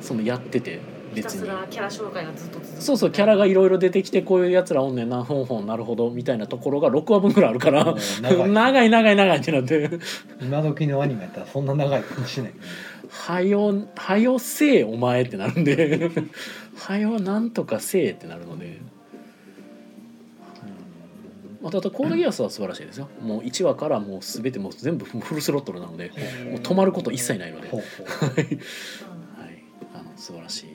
そのやっててひた別すにらキャラ紹介がずっと続くそうそうキャラがいろいろ出てきてこういうやつらおんねんなほんほんなるほどみたいなところが6話分ぐらいあるからもう長 い長い長い長いってなって今時のアニメやったらそんな長いかもしれないけどね「はよはよせえお前」ってなるんで「はよなんとかせえ」ってなるので。まあ、ただコードギアスは素晴らしいですよ、もう1話からもう全てもう全部フルスロットルなのでもう 止まること一切ないので、ほはうい、ほううんあの素晴らしい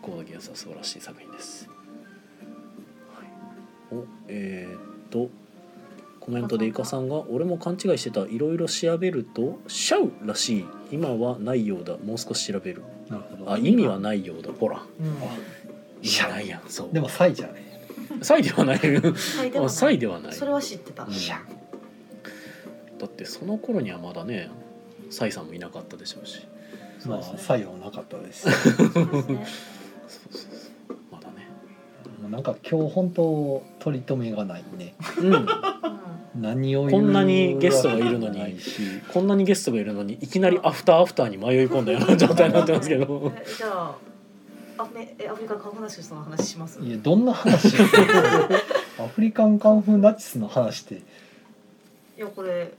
コードギアスは素晴らしい作品です、はい、おえー、っとコメントでイカさんが「俺も勘違いしてたいろいろ調べるとシャウらしい今はないようだもう少し調べるなる ほどあ意味はないようだほら意シ味ャウないやんそうでもサイじゃねサイではないサイであはなサいイではないそれは知ってた、うんだってその頃にはまだねサイさんもいなかったでしょうしそうまですねあサイはなかった ですそうですねそうそうそうまだねもうなんか今日本当取り留めがないねうんうん何を言うこんなにゲストがいるのにわけもないしこんなにゲストがいるのにいきなりアフターアフターに迷い込んだような状態になってますけど えじゃあアフリえアフリカカンフーナシスの話しますいやどんな話 アフリカンカンフーナチスの話っていやこれ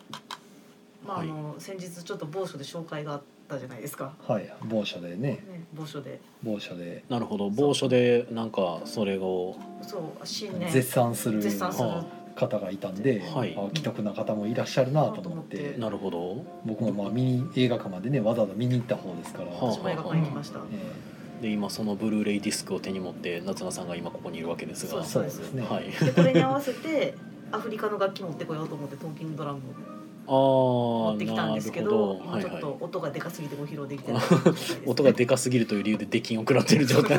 まああはいの、先日ちょっと某所で紹介があったじゃないですか、はい某所でねね、某所で某所でなるほど某所でなんかそれをそう新年絶賛する絶賛するは方がいたんで、はいあ既得な方もいらっしゃるなと思ってなるほど僕もまあ見に映画館までねわざわざ見に行った方ですから、は私も映画館行きました、えで今そのブルーレイディスクを手に持って夏菜さんが今ここにいるわけですそうがえそうですね、はいでこれに合わせてアフリカの楽器持ってこようと思ってトーキングドラムあーを持ってきたんですけど今ちょっと音がでかすぎてご披露 できてない状態ですね音がでかすぎるという理由で出禁を食らってる状 態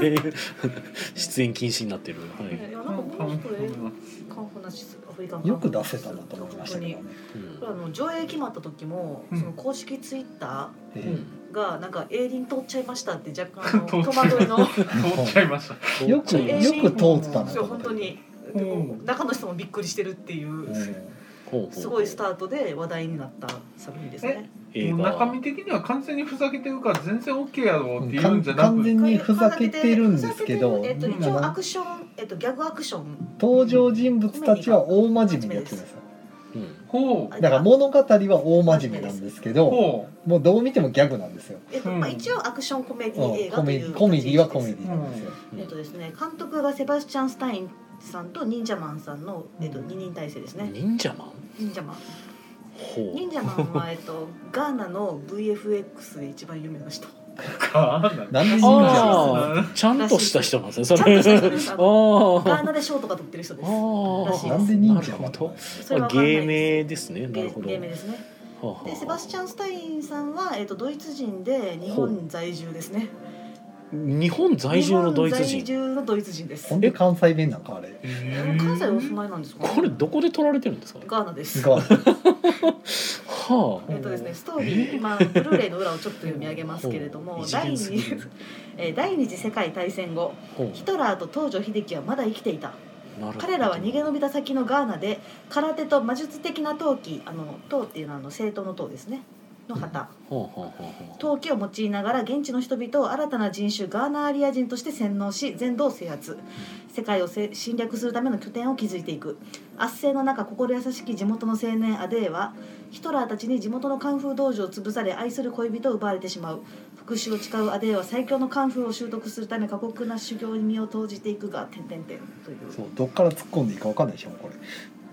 出演禁止になってる、はいいやなんかもう一人カンフーナシスアフリカのカンよフくーナ出シせスたなと思いましたけどね、う本ん当にこれあの上映決まった時も、うんその公式ツイッタえうえんーがなんか「エイリン通っちゃいました」って若干あの通っち戸ゃ惑い の通っちゃいました。よく通っちゃいまよしく通ったなそと思うっ本て当に、うん中の人もびっくりしてるっていうう、んたほうほうすごいスタートで話題になった作品ですね。映もう中画身的には完全にふざけてるから全然オッケーやろうって言うん完じゃな完くて全にふざけてるんですけど、えっと、なん一か応アなクション、えっと、ギャグアクション。登場人物たちは大真面目にやってるんですようんほうだから物語は大真面目なんですけどほもうどう見てもギャグなんですよ、えっと、うんまあ、一応アクションコメデうィ映ん、画コといメうデ形ィコメディはコメデですィなんですよ、ィえっとですね、監督がセバスチャン・スタインさんと忍者マンさんの、えっと、うん二人体制ですね忍者マン忍者マンほう忍者マンは、えっと、ガーナの VFX で一番有名な人うかなんだなんで忍者あーちゃんとした人なんですねそれちゃんとした人ですああガーーナで賞とか取ってる人ですあらしいーなんで忍なる者ほなどのそれはわかんない芸です名ですねな芸るほど芸名ですねはあはあでセバスチャン・スタインさんは、えっと、ドイツ人で日本在住ですね日本在住のドイツ日本在人住のドイツ人ですほんで関西弁なんかあれ関西お住まいなんですかねこれどこで撮られてるんですかガーナですがはあえっとですね、ストーリー、まあ、ブルーレイの裏をちょっと読み上げますけれどほもう第二異次元すぎるえー第二次世界大戦後ほヒうトラーと東条英機はまだ生きていたなるほど彼らは逃げ延びた先のガーナで空手と魔術的な陶器あの陶っていうのはあの正統の陶ですねの旗ほうほうほうほう陶器を用いながら現地の人々を新たな人種ガーナアリア人として洗脳し全土を制圧世界をせ侵略するための拠点を築いていく圧政の中心優しき地元の青年アデーはヒトラーたちに地元のカンフー道場を潰され愛する恋人を奪われてしまう復讐を誓うアデーは最強のカンフーを習得するため過酷な修行に身を投じていくが点々点というそうどっから突っ込んでいいかわかんないでしょこれ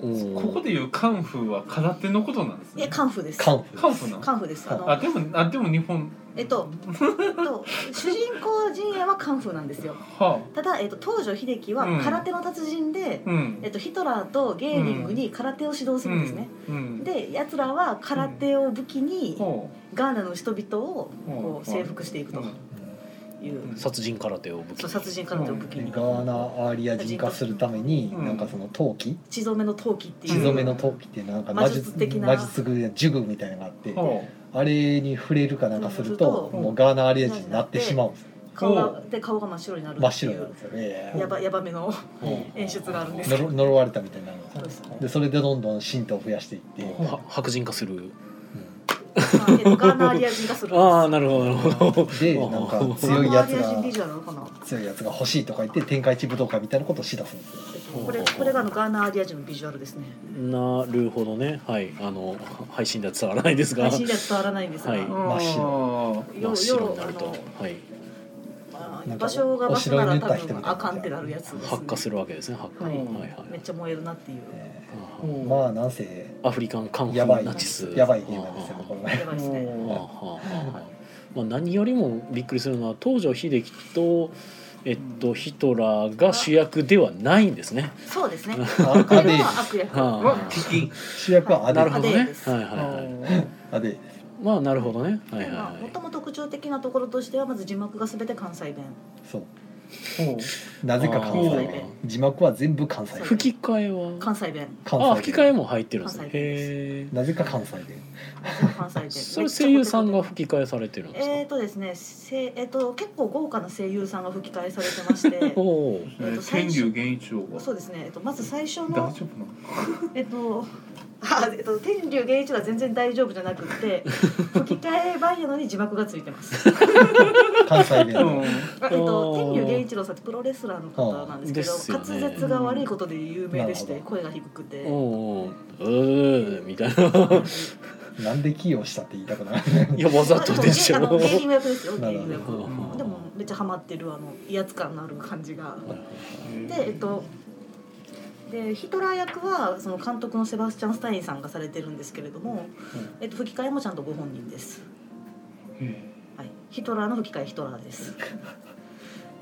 うんここでいうカンフーは空手のことなんですいやねカンフーですカンフカンフーなんカンフーですあのあでもあでも日本えっと、えっと、主人公陣営はカンフーなんですよはただ、えっと、東条英機はうん空手の達人で、あうんえっと、ヒトラーとゲーリングに空手を指導するんですね、うんうんでやつらは空手を武器にほガーナの人々をうんこう征服していくうという、うん殺人空手を武器そうに殺人空手を武器でに、ガーナアーリア人化するために、うんなんかその陶器血染めの陶器って血い染うめの陶器っていうなんか魔術的な魔術具や呪具みたいなのがあってほあれに触れるかなんかするとうんもうガーナアーリア人になってしまうんです顔おがで顔が真っ白になるって真っ白にいなるんうですよねやばやばめのうほう演出があるんですけど呪呪われたみたいになるんですそうよですねでそれでどんどん信徒を増やしていって、うんは白人化するま あえっとガーナアリア人がするんですああなるほどなるほど でなんかうん強いやつガーナアリア人がビジュアルなのかな強いやつが欲しいとか言って天下一武道会みたいなことをしだすんですよこれこれがあのガーナアリア人のビジュアルですねなるほどねはいあの配信では伝わらないですが配信では伝わらないんですが、はい真っ白真っ白になるとようよはいうあなのんか場所が場所なお城らに塗っ多た人み分たいなあかんってなるやつです、ね、発火するわけですね発火、はいはいはいめっちゃ燃えるなっていうねあうんまあなんせあアフリカンカンフやばーいナチスやばいゲームなんですよああこれやばいですねああああまあ、何よりもびっくりするのは東条英機と、えっと、ヒトラーが主役ではないんですね。そうですねはこアれデは悪役はは聞き主役はあ、アデなるーほどアデーねで。すはいはいはい。アデーまあなるほどね。はいはいまあはもいと。もと特徴的なところとしてはまず字幕が全て関西弁そうほうなぜか関西弁字幕は全部関西弁吹き替えは。関西弁関あ、西吹き替え弁も入ってるんですね関。西へなぜか関西弁関西弁え。それ声優さんが吹き替えされてるんですか。えーとですね、せえー、と結構豪華な声優さんが吹き替えされてまして おお。えーと千流源一郎がそうですね、えー、とまず最初大丈の夫なのえっとあえっと、天竜源一は全然大丈夫じゃなくって吹き替え版やのに字幕がついてます。あ関西弁うんえっと、天竜源一郎さんってプロレスラーの方なんですけあどですよね滑舌が悪いことで有名でしなてるほ声が低くておお。うーみたいな。なんで起用したって言いたくなるいやわざあでともでし芸あのょ。芸人の役ですよ芸なる人ほのど役うんでもめっちゃハマってるあの威圧感のある感じがでえっとでヒトラー役はその監督のセバスチャン・スタインさんがされてるんですけれども、えっと、吹き替えもちゃんとご本人です、はい、ヒトラーの吹き替えヒトラ ーです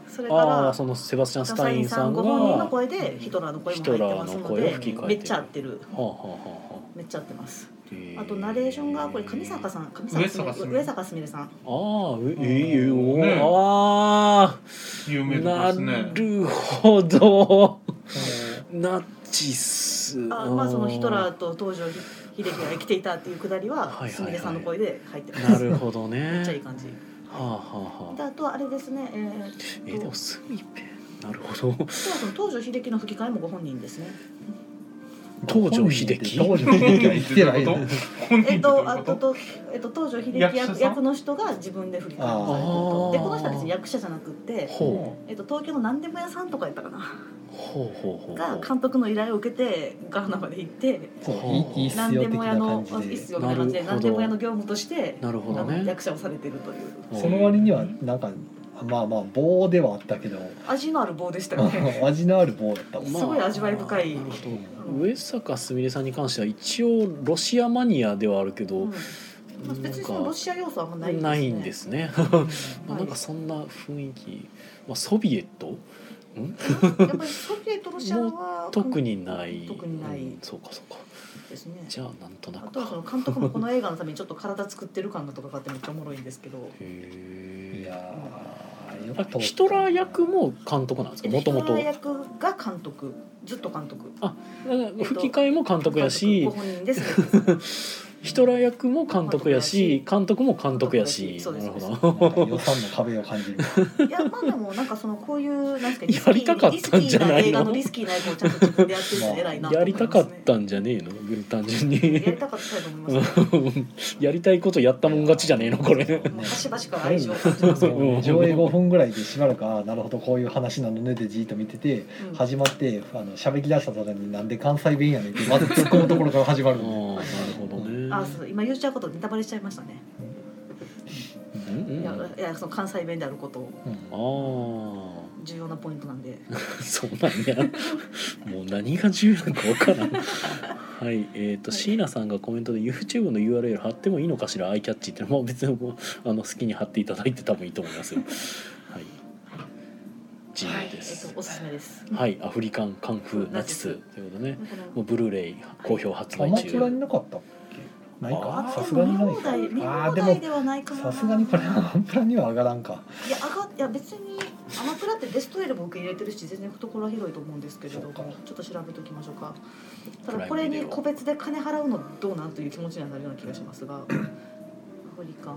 それかあらあ、そのセバスチャンススタタイインンささんんが。ご本人の声でヒトラーの声も入ってまヒトすのラーの声をで吹き替えてるめっちゃ合ってるはあはあはあはめっちゃ合ってますああとナレーションがこれ上坂さん上上坂坂すすみれみれ上坂すみれさんああういいよ、ねあ有あ名なですねるほどナチスあまあそのヒトーラーと東条英機が生きていたっていうくだりいはいははいすみれさんの声で入ってます、なるほどめねっちゃいい感じはあはあではああとはあれですねえーっとえでもスミペなるほどそうそう東条英機の吹き替えもご本人で すね。東条英機東条英機は言ってないどうよいう本人えっってどういうと、こあと、と、えっと、東条英機役役者さん役の人が自分で吹き替えをされてると。あーで、この人は別に役者じゃなくって、ほえっと、東京の何でも屋さんとかやったかな。うほうほうほうが監督の依頼を受けて、ガーナまで行って。そういいっす何よで的もな屋の感、あいじいっすでよみたいな感じで、なるほど何でも屋の業務として。なるほどあのね役者をされてるという。その割にはなんかまあまあ棒ではあったけど味のある棒でしたよね。味のある棒だったもんすごい味わい深いなるほど上坂すみれさんに関しては一応ロシアマニアではあるけど、うんまあ別にそのロシア要素はあんまないですね。ないんですね。はいなんかそんな雰囲気、まあ、ソビエトやっぱりソビエトロシアは特にない特にないうんそうかそうかですね。じゃあなんとなあくとはそかの監督もこの映画のためにちょっと体作ってる感がとかがあってめっちゃおもろいんですけどいへやーよえく通ったヒトラー役も監督なんですかもともとヒトラー役が監督ずっと監督吹き替えも監督やし、ご本人ですけどヒトラー役も監督やし監督も監督やしそうですなるそうでほなんかど予算の壁を感じるいやまあでもなんかそのこういうなんですかやりたかったんじゃないのリスキーな映画のリスキーな役をちゃんと自分でやってるの偉いなとや思りいますたねかったんじゃねえの単純にやりたかったと思いますね やりたいことやったもん勝ちじゃねえのこれもう端々から愛情を感じますよ、うん上映5分ぐらいでしばらくあーなるほどこういう話なのねでじーっと見ててうん始まってあの喋り出した途端になんで関西弁やねんってまず突っ込むところから始 まあるあんでなるほどねあそう今言っちゃうことネタバレしちゃいましたね、うんうんいやいやその関西弁であることをうんああ重要なポイントなんで そんなんやもう何が重要なのか分からんはいえっ、と椎名さんがコメントで YouTube の URL 貼ってもいいのかしらアイキャッチってのも別にもうあの好きに貼っていただいて多分いいと思いますよはい自由でえすっとおすすめですはい、アフリカンカンフーナチスということでねもうブルーレイ好評発ア売マチュア中になかったっけないあかでさもすがにない見放題見かあ放ーでも題ではないかもなさすがにこれはアンプラには上がらんかいやあがいや別にアマプラってベストエルも受け入れてるし全然懐は広いと思うんですけれどもそちうかょっと調べておきましょうかたプラだイムこれにビデオ個別で金払うのどうなんという気持ちにはなるような気がしますがアフリカン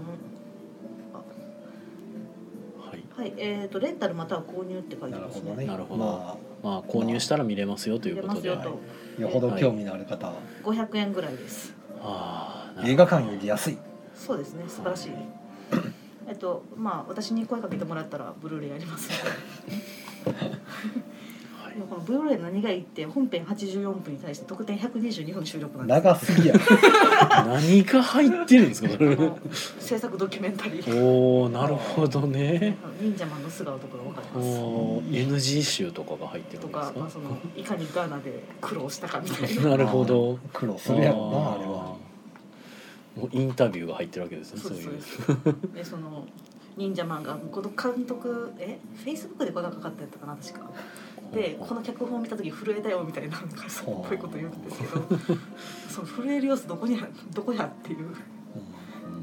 はいはいえー、とレンタルまたは購入って書いてなるますほねどねなるほどままあ購入したら見れますよと入いれうこまとすで、よはとあよほど興味のある方は500円ぐらいですあ映画館より安いそうですね素晴らしいえっとまあ私に声かけてもらったらブルーレイやりますはいでもこのブルーレイの何がいいって本編84分に対して特典122分収録なんです長すぎやろ何が入ってるんですかこれ制作ドキュメンタリーおおなるほどね忍者マンの素顔とかが分かりおますー NG 集とかが入ってるとんですか、まあ、かそのいかにガーナで苦労したかみたいな なるほど苦労するやろなあれはーもうインタビューが入ってるわけですねそそううですそういでうすでその忍者マンがこの監督えフェイスブックでこれがかかったやったかな確かでこの脚本を見た時震えたよみたいななんかそうこういうこと言うんですけどその震える様子どこにあどこやっていう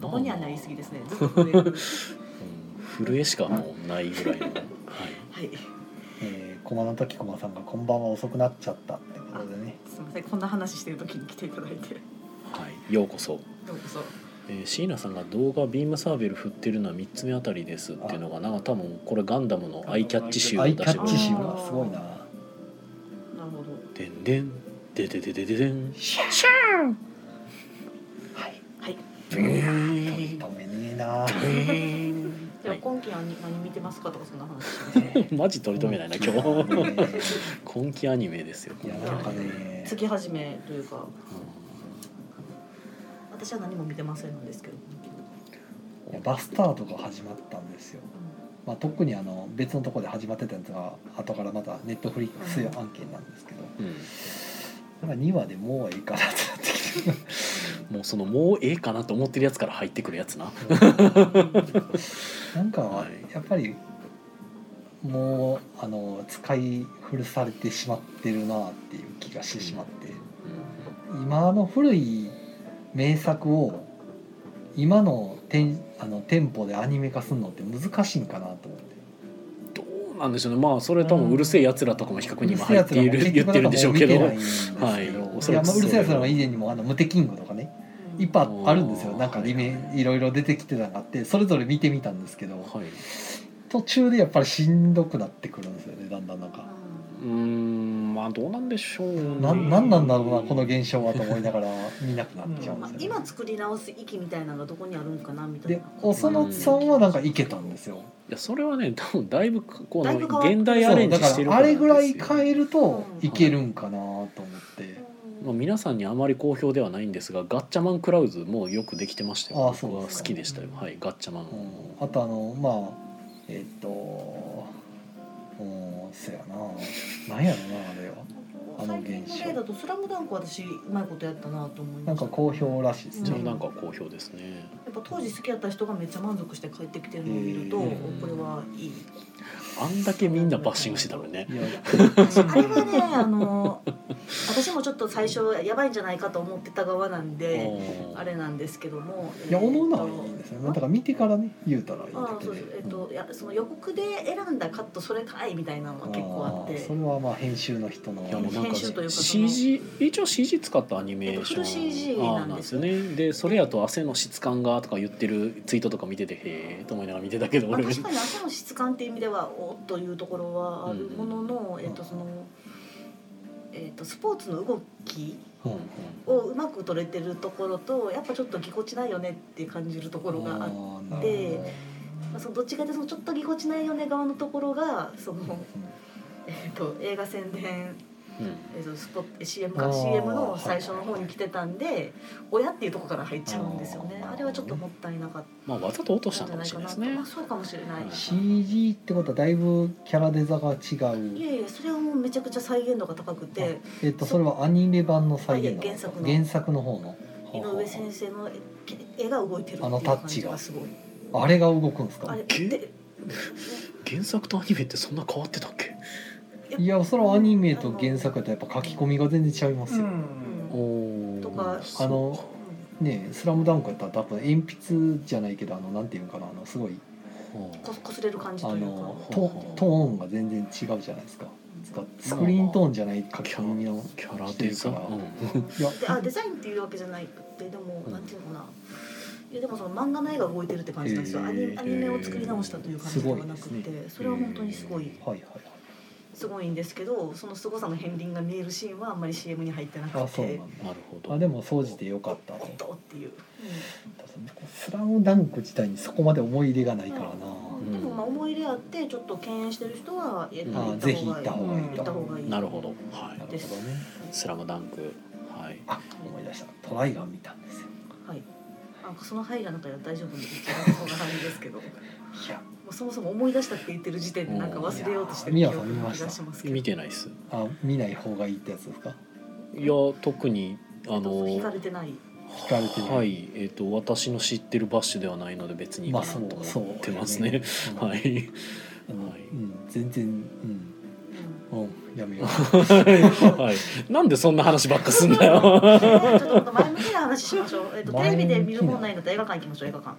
どこにはなりすぎ ですねずっと震えるうん震えしかもうないぐらいの、はい、はいえー駒の時駒さんが「こんばんは遅くなっちゃった」ってことでねすみませんこんな話してる時に来ていただいてはい、ようこそどうぞえー、椎名さんが動画ビームサーベル振ってるのは3つ目あたりですっていうのがなんか多分これガンダムのアイキャッチ集をア出イしキてャッまチす集がすごいななるほどでんでんででででででんはいはいブイーン止めねえなブイーンじゃあ今期はに何見てますかとかそんな話しますね マジ取り留めないな今日今期アニメですよ いやなんかね月始めというか私は何も見てませんのですけど、いやバスタードが始まったんですよ、うまあ、特にあの別のところで始まってたやつが後からまたネットフリックス案件なんですけどうんなんか2話でもういいかなってなってきて もうそのもうええかなと思ってるやつから入ってくるやつななんかはいやっぱりもうあの使い古されてしまってるなっていう気がしてしまって今の古い名作を今のテンあのテンポでアニメ化するのって難しいんかなと思って。どうなんでしょうねまあそれともうるせえやつらとかも比較に今入っている言 結っ局てるなんかんもでうしょう見けてどないんですけどはいおそらいくそやまあううるせえやつらの以前にもあのムテキングとかねいっぱいあるんですようんなんかリメいろいろ出てきてたのがあってそれぞれ見てみたんですけどはい途中でやっぱりしんどくなってくるんですよねだんだんなんかうーんまあどうなんでしょうねななんなんだろうなこの現象はと思いながら見なくなっちゃうんまあですよね今作り直す域みたいなのがどこにあるんかなみたいでなおそ松さんはなんかいけたんですよいやそれはね多分だいぶこだいぶ変のわって現代アそレうンだジかしてるらあれぐらいからなんですよ変えるといけるんかなと思ってまあ、皆さんにあまり好評ではないんですがガッチャマンクラウズもよくできてましたよあそう僕はです好かきでしたよはいガッチャマン、うんあとあのまあえっ、とうんそやななんやろなあれはあの最現象近の例だと「スラムダンクは私うまいことやったなと思いなまんしたか好評らしいですじゃあね、なんか好評ですねやっぱ当時好きやった人がめっちゃ満足して帰ってきてるのを見ると、うんこれはいいあんだけみんなバッシングしてたのにねいやあれはねあの私もちょっと最初やばいんじゃないかと思ってた側なんでうんあれなんですけどもいやえーと思うのはいいですねだから見てからね言うたらいいあだあけそうでですえっ、といやその予告で選んだカットそれかいみたいなのうがん結構あってーそれはまあ編集の人のいやもうなんか編集というかその CG 一応 CG 使ったアニメーション、フル CG なんですよあーなんですよねでそれやと汗の質感がとか言ってるツイートとか見ててへえと思いながら見てたけどまあ、俺確かに汗の質感っていう意味ではおっというところはあるものの、えっ、とその、えっとスポーツの動きうんをうまく取れてるところとやっぱちょっとぎこちないよねって感じるところがあってあーでなるまあ、そのどっちかというとそのちょっとぎこちないよね側のところがその、えっと映画宣伝うんえーとスポッえ CM あかー CM の最初の方に来てたんで親っていうとこから入っちゃうんですよねあーあれはちょっともったいなかっまあわざと落としたたのんかじゃもないしかれないでなとすねまあ、そうかもしれない、うん CG ってことはだいぶキャラデザが違いうやいやそれはもうめちゃくちゃ再現度が高くてえっとそれはアニメ版の再現のあいや原作の原作の方の井上先生の絵絵が動いてるってあいのうタッ感チじががすごいあれが動くんですかあれけで原作とアニメってそんな変わってたっけいやそれはアニメと原作とやっぱ書き込みが全然違いまうすよ、んおとかあのねえスラムダンク」やったら多分鉛筆じゃないけどあのなんていうのかなあのすごいここすれる感じあというかのほうトほうトーンが全然違うじゃないですか使っスクリーントーンじゃない書き込みのキャラデザ、うんいやであデザインっていうわけじゃないってでも、うんなんていうのかないやでもその漫画の絵が動いてるって感じなんですよ、アニへーアニメを作り直したという感じではなくすごいて、でそれは本当にすごいはいはいはいすごいんですけどその凄さの片鱗が見えるシーンはあんまり CM に入ってなくあそうなてんなだるほどあでも掃除でよかったおっととっていう、スラムダンク自体にそこまで思い入れがないからな、うんんでもまあ思い入れあってちょっと敬遠してる人はやっあぱぜひ行った方がいいと行った方がいいなるほどはなるいほどね「スラムダンクはいあ思い出したトライガン見たんですよはいあその入らなんか大丈夫なんで一番そんな感じですけども いやうそもそも思い出したって言ってる時点でなんか忘れようとしてるい記や憶な気がしますけど見てないっすあ見ない方がいいってやつですかいや特にあの惹かれてない聞かれてるはいえっ、と私の知ってるバッシュではないので別にいいかなとまあそう思ってますね,、そ うはいあのはいうん、全然うんうんうんやめよう はいなんでそんな話ばっかすんだ よちょっと前向きな話しましょう。えっとテ前向レきなビで見るもんないんだったら映画館行きましょう映画館。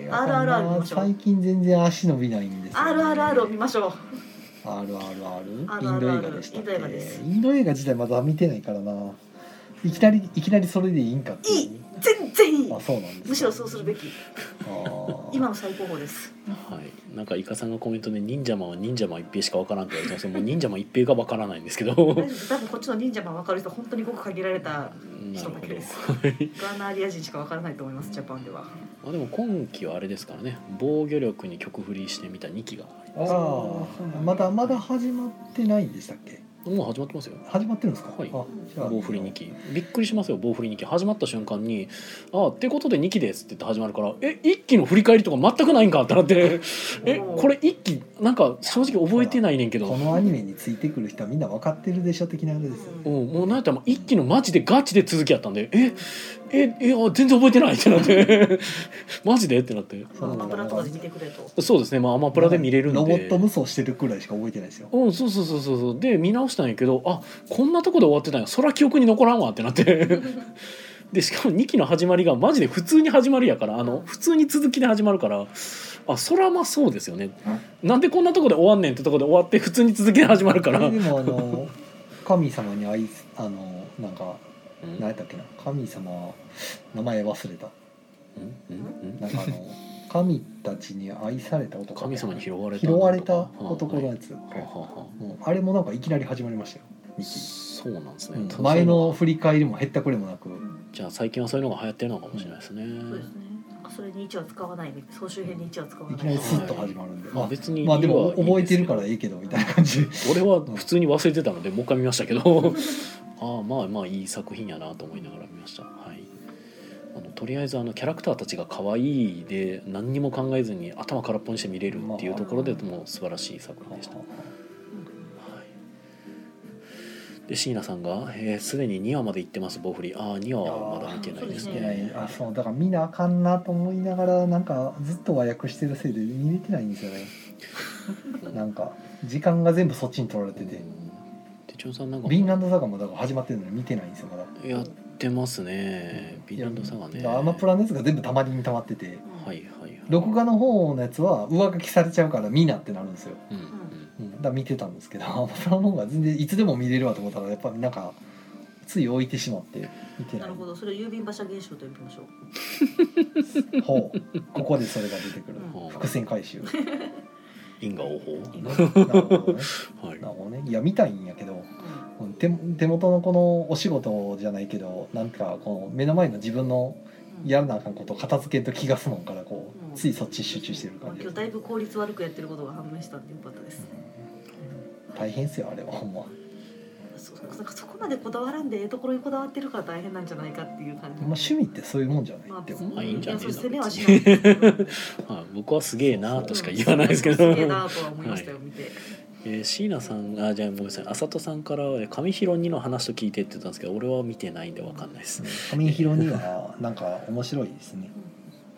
えー RRR 見ましょう最近全然足伸びないんですよ、ね、 RRR を見ましょう。 RRR イ RRR ンド映画でしたっインド映画ですけインド映画自体まだ見てないからないきなりいきなりそれでいいんかっていいうい全然いいあ。そうなんですかむしろそうするべき。あー今の最高峰です。はいなんかイカさんがコメントで「忍者マンは忍者マン一平しかわからん」って言われてますけどもう忍者マン一平がわからないんですけ どな大丈夫るです多分こっちの忍者マン分かる人本当にごく限られた人だほけどです。ガーナーリア人しか分からないと思いますジャパンでは。まあでも今期はあれですからね防御力に曲振りしてみた2期があーまだまだ始まってないんでしたっけもう始まってますよ始まってるんですか、はいあじゃあ棒振り2期びっくりしますよ棒振り2期始まった瞬間に「ああってことで2期です」って言って始まるから「え一1期の振り返りとか全くないんか」ってなって「えこれ1期なんか正直覚えてないねんけど」このアニメについてくる人はみんな分かってるでしょ的なあれですよ、うんうん、もうなんやったらもう一期のマジでガチで続きやったんで「えええあ全然覚えてない」ってなって マジでってなってまあアマプラとかで見てくれと。そうですねまあアマプラで見れるんでロボット無双してるくらいしか覚えてないですようん、そうそうそうそうそうで見直したんやけどあこんなとこで終わってたんやそら記憶に残らんわってなって でしかも2期の始まりがマジで普通に始まりやからあの普通に続きで始まるからあそらまあそうですよねなんでこんなとこで終わんねんってとこで終わって普通に続きで始まるかこら、れでもあの神様に愛すあのなんかうん何やったっけな神様名前忘れたうんうんなんか あの神たちに愛された男神様に拾われた拾われたなんとか男のやつ、はあはあはあはあもうあれもなんかいきなり始まりましたよ二期そうなんですね、うんただ前そういうのが振り返りもへったくれもなく、じゃあ最近はそういうのが流行ってるのかもしれないですね、そうですね。それに一は使わない総集編に一は使わないい。きなりスッと始まるんで、まあまあ別にまあいでいもはいいん覚えてでするけどからいいけどみたいな感じ 俺は普通に忘れてたのでもう一回見ましたけど ああまあまあいい作品やなと思いながら見ました、はい、あのとりあえずあのキャラクターたちが可愛いで何にも考えずに頭空っぽにして見れるっていうところでまあもう素晴らしい作品でした、はい、で椎名さんが「えーすで、に2話まで行ってます棒振り」ああ2話はまだ見てないですそういけですなねいあそうだから見なあかんなと思いながらなんかずっと和訳してるせいで見れてないんです よねなんか時間が全部そっちに取られてて手帳さんなんかヴィンランドサガもだから始まってるのに見てないんですよまだやってますねヴィンランドサガいねやアマプラのやつが全部たまりにたまっててはいはいはい録画の方のやつは上書きされちゃうから見なってなるんですよ、うんうんうん、だから見てたんですけどアマプラの方が全然いつでも見れるわと思ったらやっぱりなんかつい置いてしまって見てなないるほどそれを郵便馬車現象と呼びましょう。ほうここでそれが出てくるうん伏線回収因果応報なるほどねはいなるほどねいや見たいんやけどうんうん手手元のこのお仕事じゃないけどなんかこの目の前の自分のうんやらなあかんことを片付けんと気が済むんからこうんうついそっちに集中してる感じです今日だいぶ効率悪くやってることが判明したんでよかったです、大変っすよあれはほんまそそそこまでこだわらんでええところにこだわってるから大変なんじゃないかっていう感まあ、じ趣味ってそういうもんじゃないまあで別もにまあいいんじゃねえのやそう攻めはしないですけ どはい僕はすげえなとしか言わないですけどうんすげえなとは思いましたよ、見て。えー、椎名さんあじゃあごめんなさいあさとさんからえー「紙拾にの話と聞いて」って言ったんですけど俺は見てないんでわかんないです紙広にはなんか面白いですね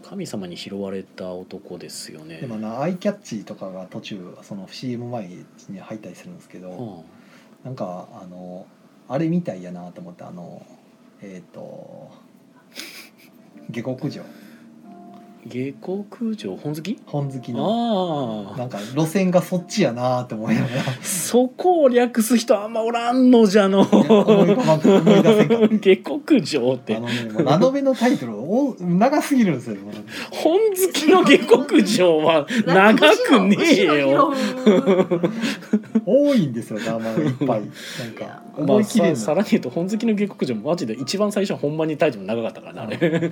神様に拾われた男ですよねでもなアイキャッチとかが途中その CM 前に入ったりするんですけど、はなんかあのあれみたいやなと思ってあのえっ、と下克上あ、下克上本好き本好きのあなんか路線がそっちやなと思いながらあそこを略す人あんまおらんのじゃの思い浮かばん思い出せんかった 下克上ってあのねもうラノベのタイトルお長すぎるんですよもう本好きの下克上は 長くねえよ。 多いんですよ名前いっぱいなんいやかま思あ、い切れささんらに言うと本好きの下克上マジで一番最初はほんまにタイトル長かったからなあれ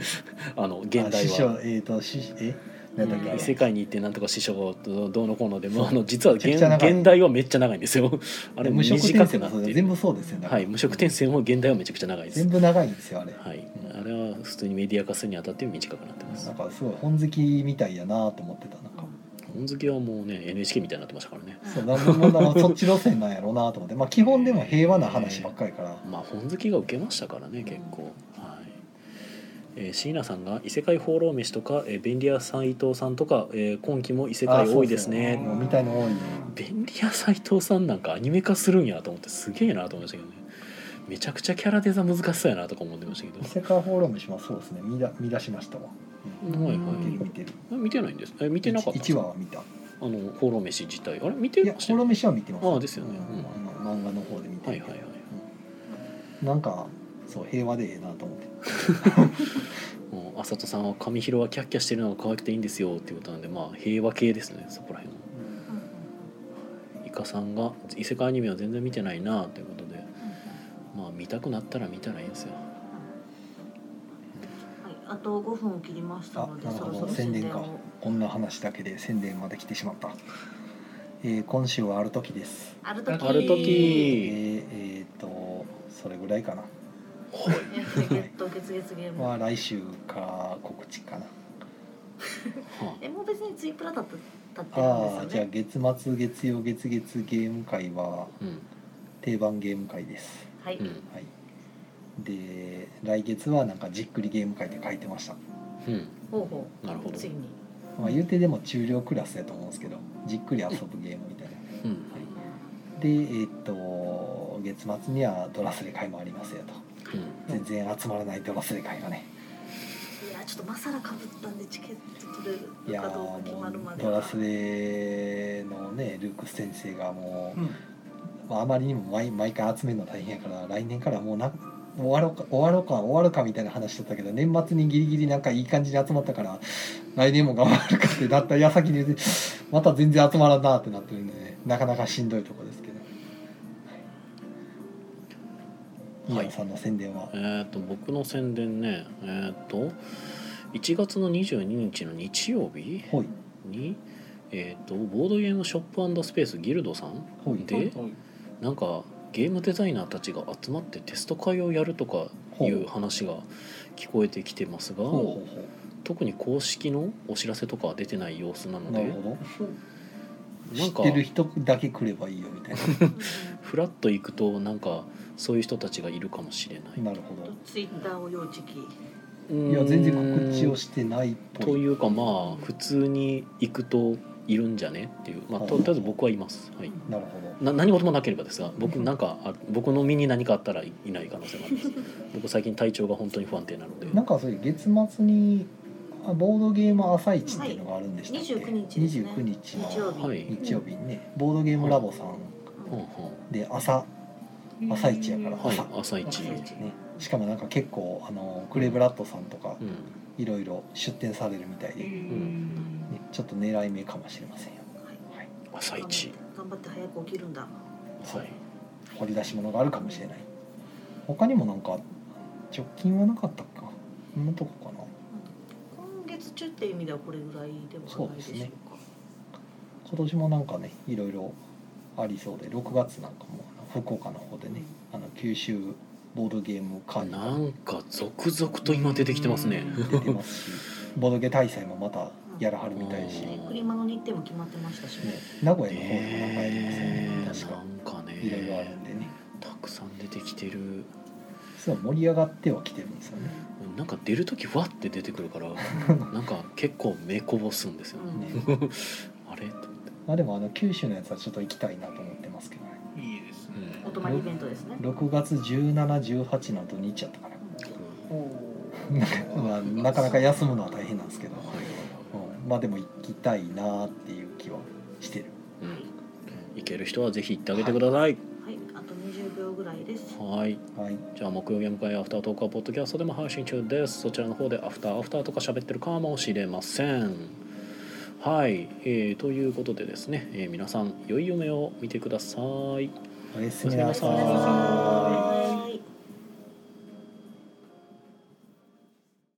あの現代師匠は。えっ、としえなんだっけあ異れ世界に行ってなんとか師匠がどうのこうのでもうあの実は現めちゃくちゃ長い現代はめっちゃ長いんですよあれ無色短転く生なもっそうて全る部そうですよね、はい無色転生も現代はめちゃくちゃ長いです全部長いんですよあれはいあれは普通にメディア化するにあたって短くなってますなんかすごい本好きみたいやなと思ってたなんか本好きはもうね NHK みたいになってましたからねそうなんもなんかそっち路線なんやろうなと思って、まあ、基本でも平和な話ばっかりから、まあ本好きが受けましたからね結構はい、えー、椎名さんが異世界放浪飯とか、えー、便利屋斎藤さんとか、えー、今期も異世界多いですあそうねそうもう見たいの多いね便利屋斎藤さんなんかアニメ化するんやと思ってすげえなと思いましたけどねめちゃくちゃキャラデザ難しそうやなとか思ってましたけ異世界フォーラムしますそうですね見だ見出しましたわ、うんどはいは結い構見てるあ見てないんですえ見てなかったんです1か話は見たいあの放浪飯自体あれ見てまやフしたォーラムしは見てますああですよねうんあの漫画の方で見てはいるけはどいはいなんかそう平和でええなと思ってもうあさとさんは紙広はキャッキャしてるのが可愛くていいんですよっていうことなんでまあ平和系ですねそこら辺はイカさんが異世界アニメは全然見てないなということでまあ見たくなったら見たらいいんですよはいあと5分を切りましたあのでなるそろほそどろ宣伝をかこんな話だけで宣伝まで来てしまった、えー今週はある時ですあるときあるえ時ー、えー、とそれぐらいかなはいえーゲット月月ゲ ームは来週か告知かなはえもう別にツイプラだったってるんであすあよーじゃあね月末月曜月月ゲーム会はあうん定番ゲーム会ですはい、うんはいで来月はなんかじっくりゲーム会って書いてました、うんほうほうなるほどついにまあ、言うてでも中量クラスやと思うんですけどじっくり遊ぶゲームみたいなうんでえーっと月末にはドラスレ会もありますよとうん全然集まらないドラスレ会がねいやちょっとマサラかぶったんでチケット取れいるやかーどうかも決まるまうでドはラスレのねルークス先生がもううんまあ、あまりにも毎毎回集めるの大変やから来年からもうな終わろうか終わろうか終わるかみたいな話しとったけど年末にギリギリなんかいい感じに集まったから来年も頑張るかってなった矢先にまた全然集まらんなってなってるんでねなかなかしんどいとこですけど。はい宮野さんの宣伝は、えー、と僕の宣伝ねえー、と1月の22日の日曜日ほいに、えー、とボードゲームショップスペースギルドさんほいではいなんかゲームデザイナーたちが集まってテスト会をやるとかいう話が聞こえてきてますがほうほうほ特に公式のお知らせとかは出てない様子なうのなるでほどな知んかってる人だけ来ればいいよみたいフラッと行くとなんかそういう人たちがいるかもしれない。 ななるほど ツイッターを要チェッいクや全然告知をししてないっぽいというかまあ普通に行くといるんじゃねっていう、まあ、ととりあえず僕はいます。はいなるほどな何事もなければですが僕なんかあ僕の身に何かあったらいいない可能性もあります 僕最近体調が本当に不安定なのでなんかそういう月末にあボードゲーム朝市っていうのがあるんでしたっけ、はい29日ですね29日の日曜日、はい日曜日にねボードゲームラボさんはで朝朝一やからあはあ朝、はい朝一朝一ね、しかもなんか結構あのクレブラッドさんとかうんいろいろ出店されるみたいで、ね、んちょっと狙い目かもしれませんよ、はい、朝一頑張って早く起きるんだはい掘り出し物があるかもしれない他にもなんか直近はなかったかこんなとこかな今月中っていう意味ではこれぐらいではないでしょうか今年もなんかねいろいろありそうで6月なんかもなんか福岡の方でねあの九州ボードゲームカーニバルなんか続々と今出てきてますね。出てますしボドゲ大祭もまたやらはるみたいし、ね、クリマの日程も決まってましたしね名古屋の方にもなんかやりますよねねえ確かなんかいろいろあるねんでねたくさん出てきてるそう盛り上がってはきてるんですよねなんか出る時わって出てくるからなんか結構目こぼすんですよ、うんねあれと思ってまあでもあの九州のやつはちょっと行きたいなと思ってますけどねいいですね、お泊まりイベントですね6月1718の土日やったかな まあ、なかなか休むのは大変なんですけど、うん、まあでも行きたいなっていう気はしてるうん、いける人はぜひ行ってあげてくださいはいあと20秒ぐらいですはいはいじゃあ木曜ゲーム会アフタートークはポッドキャストでも配信中ですそちらの方でアフターアフターとか喋ってるかもしれませんはい、えーということでですね、えー皆さん良い夢を見てくださいおやすみおやなすさみなさーいおやすみなさい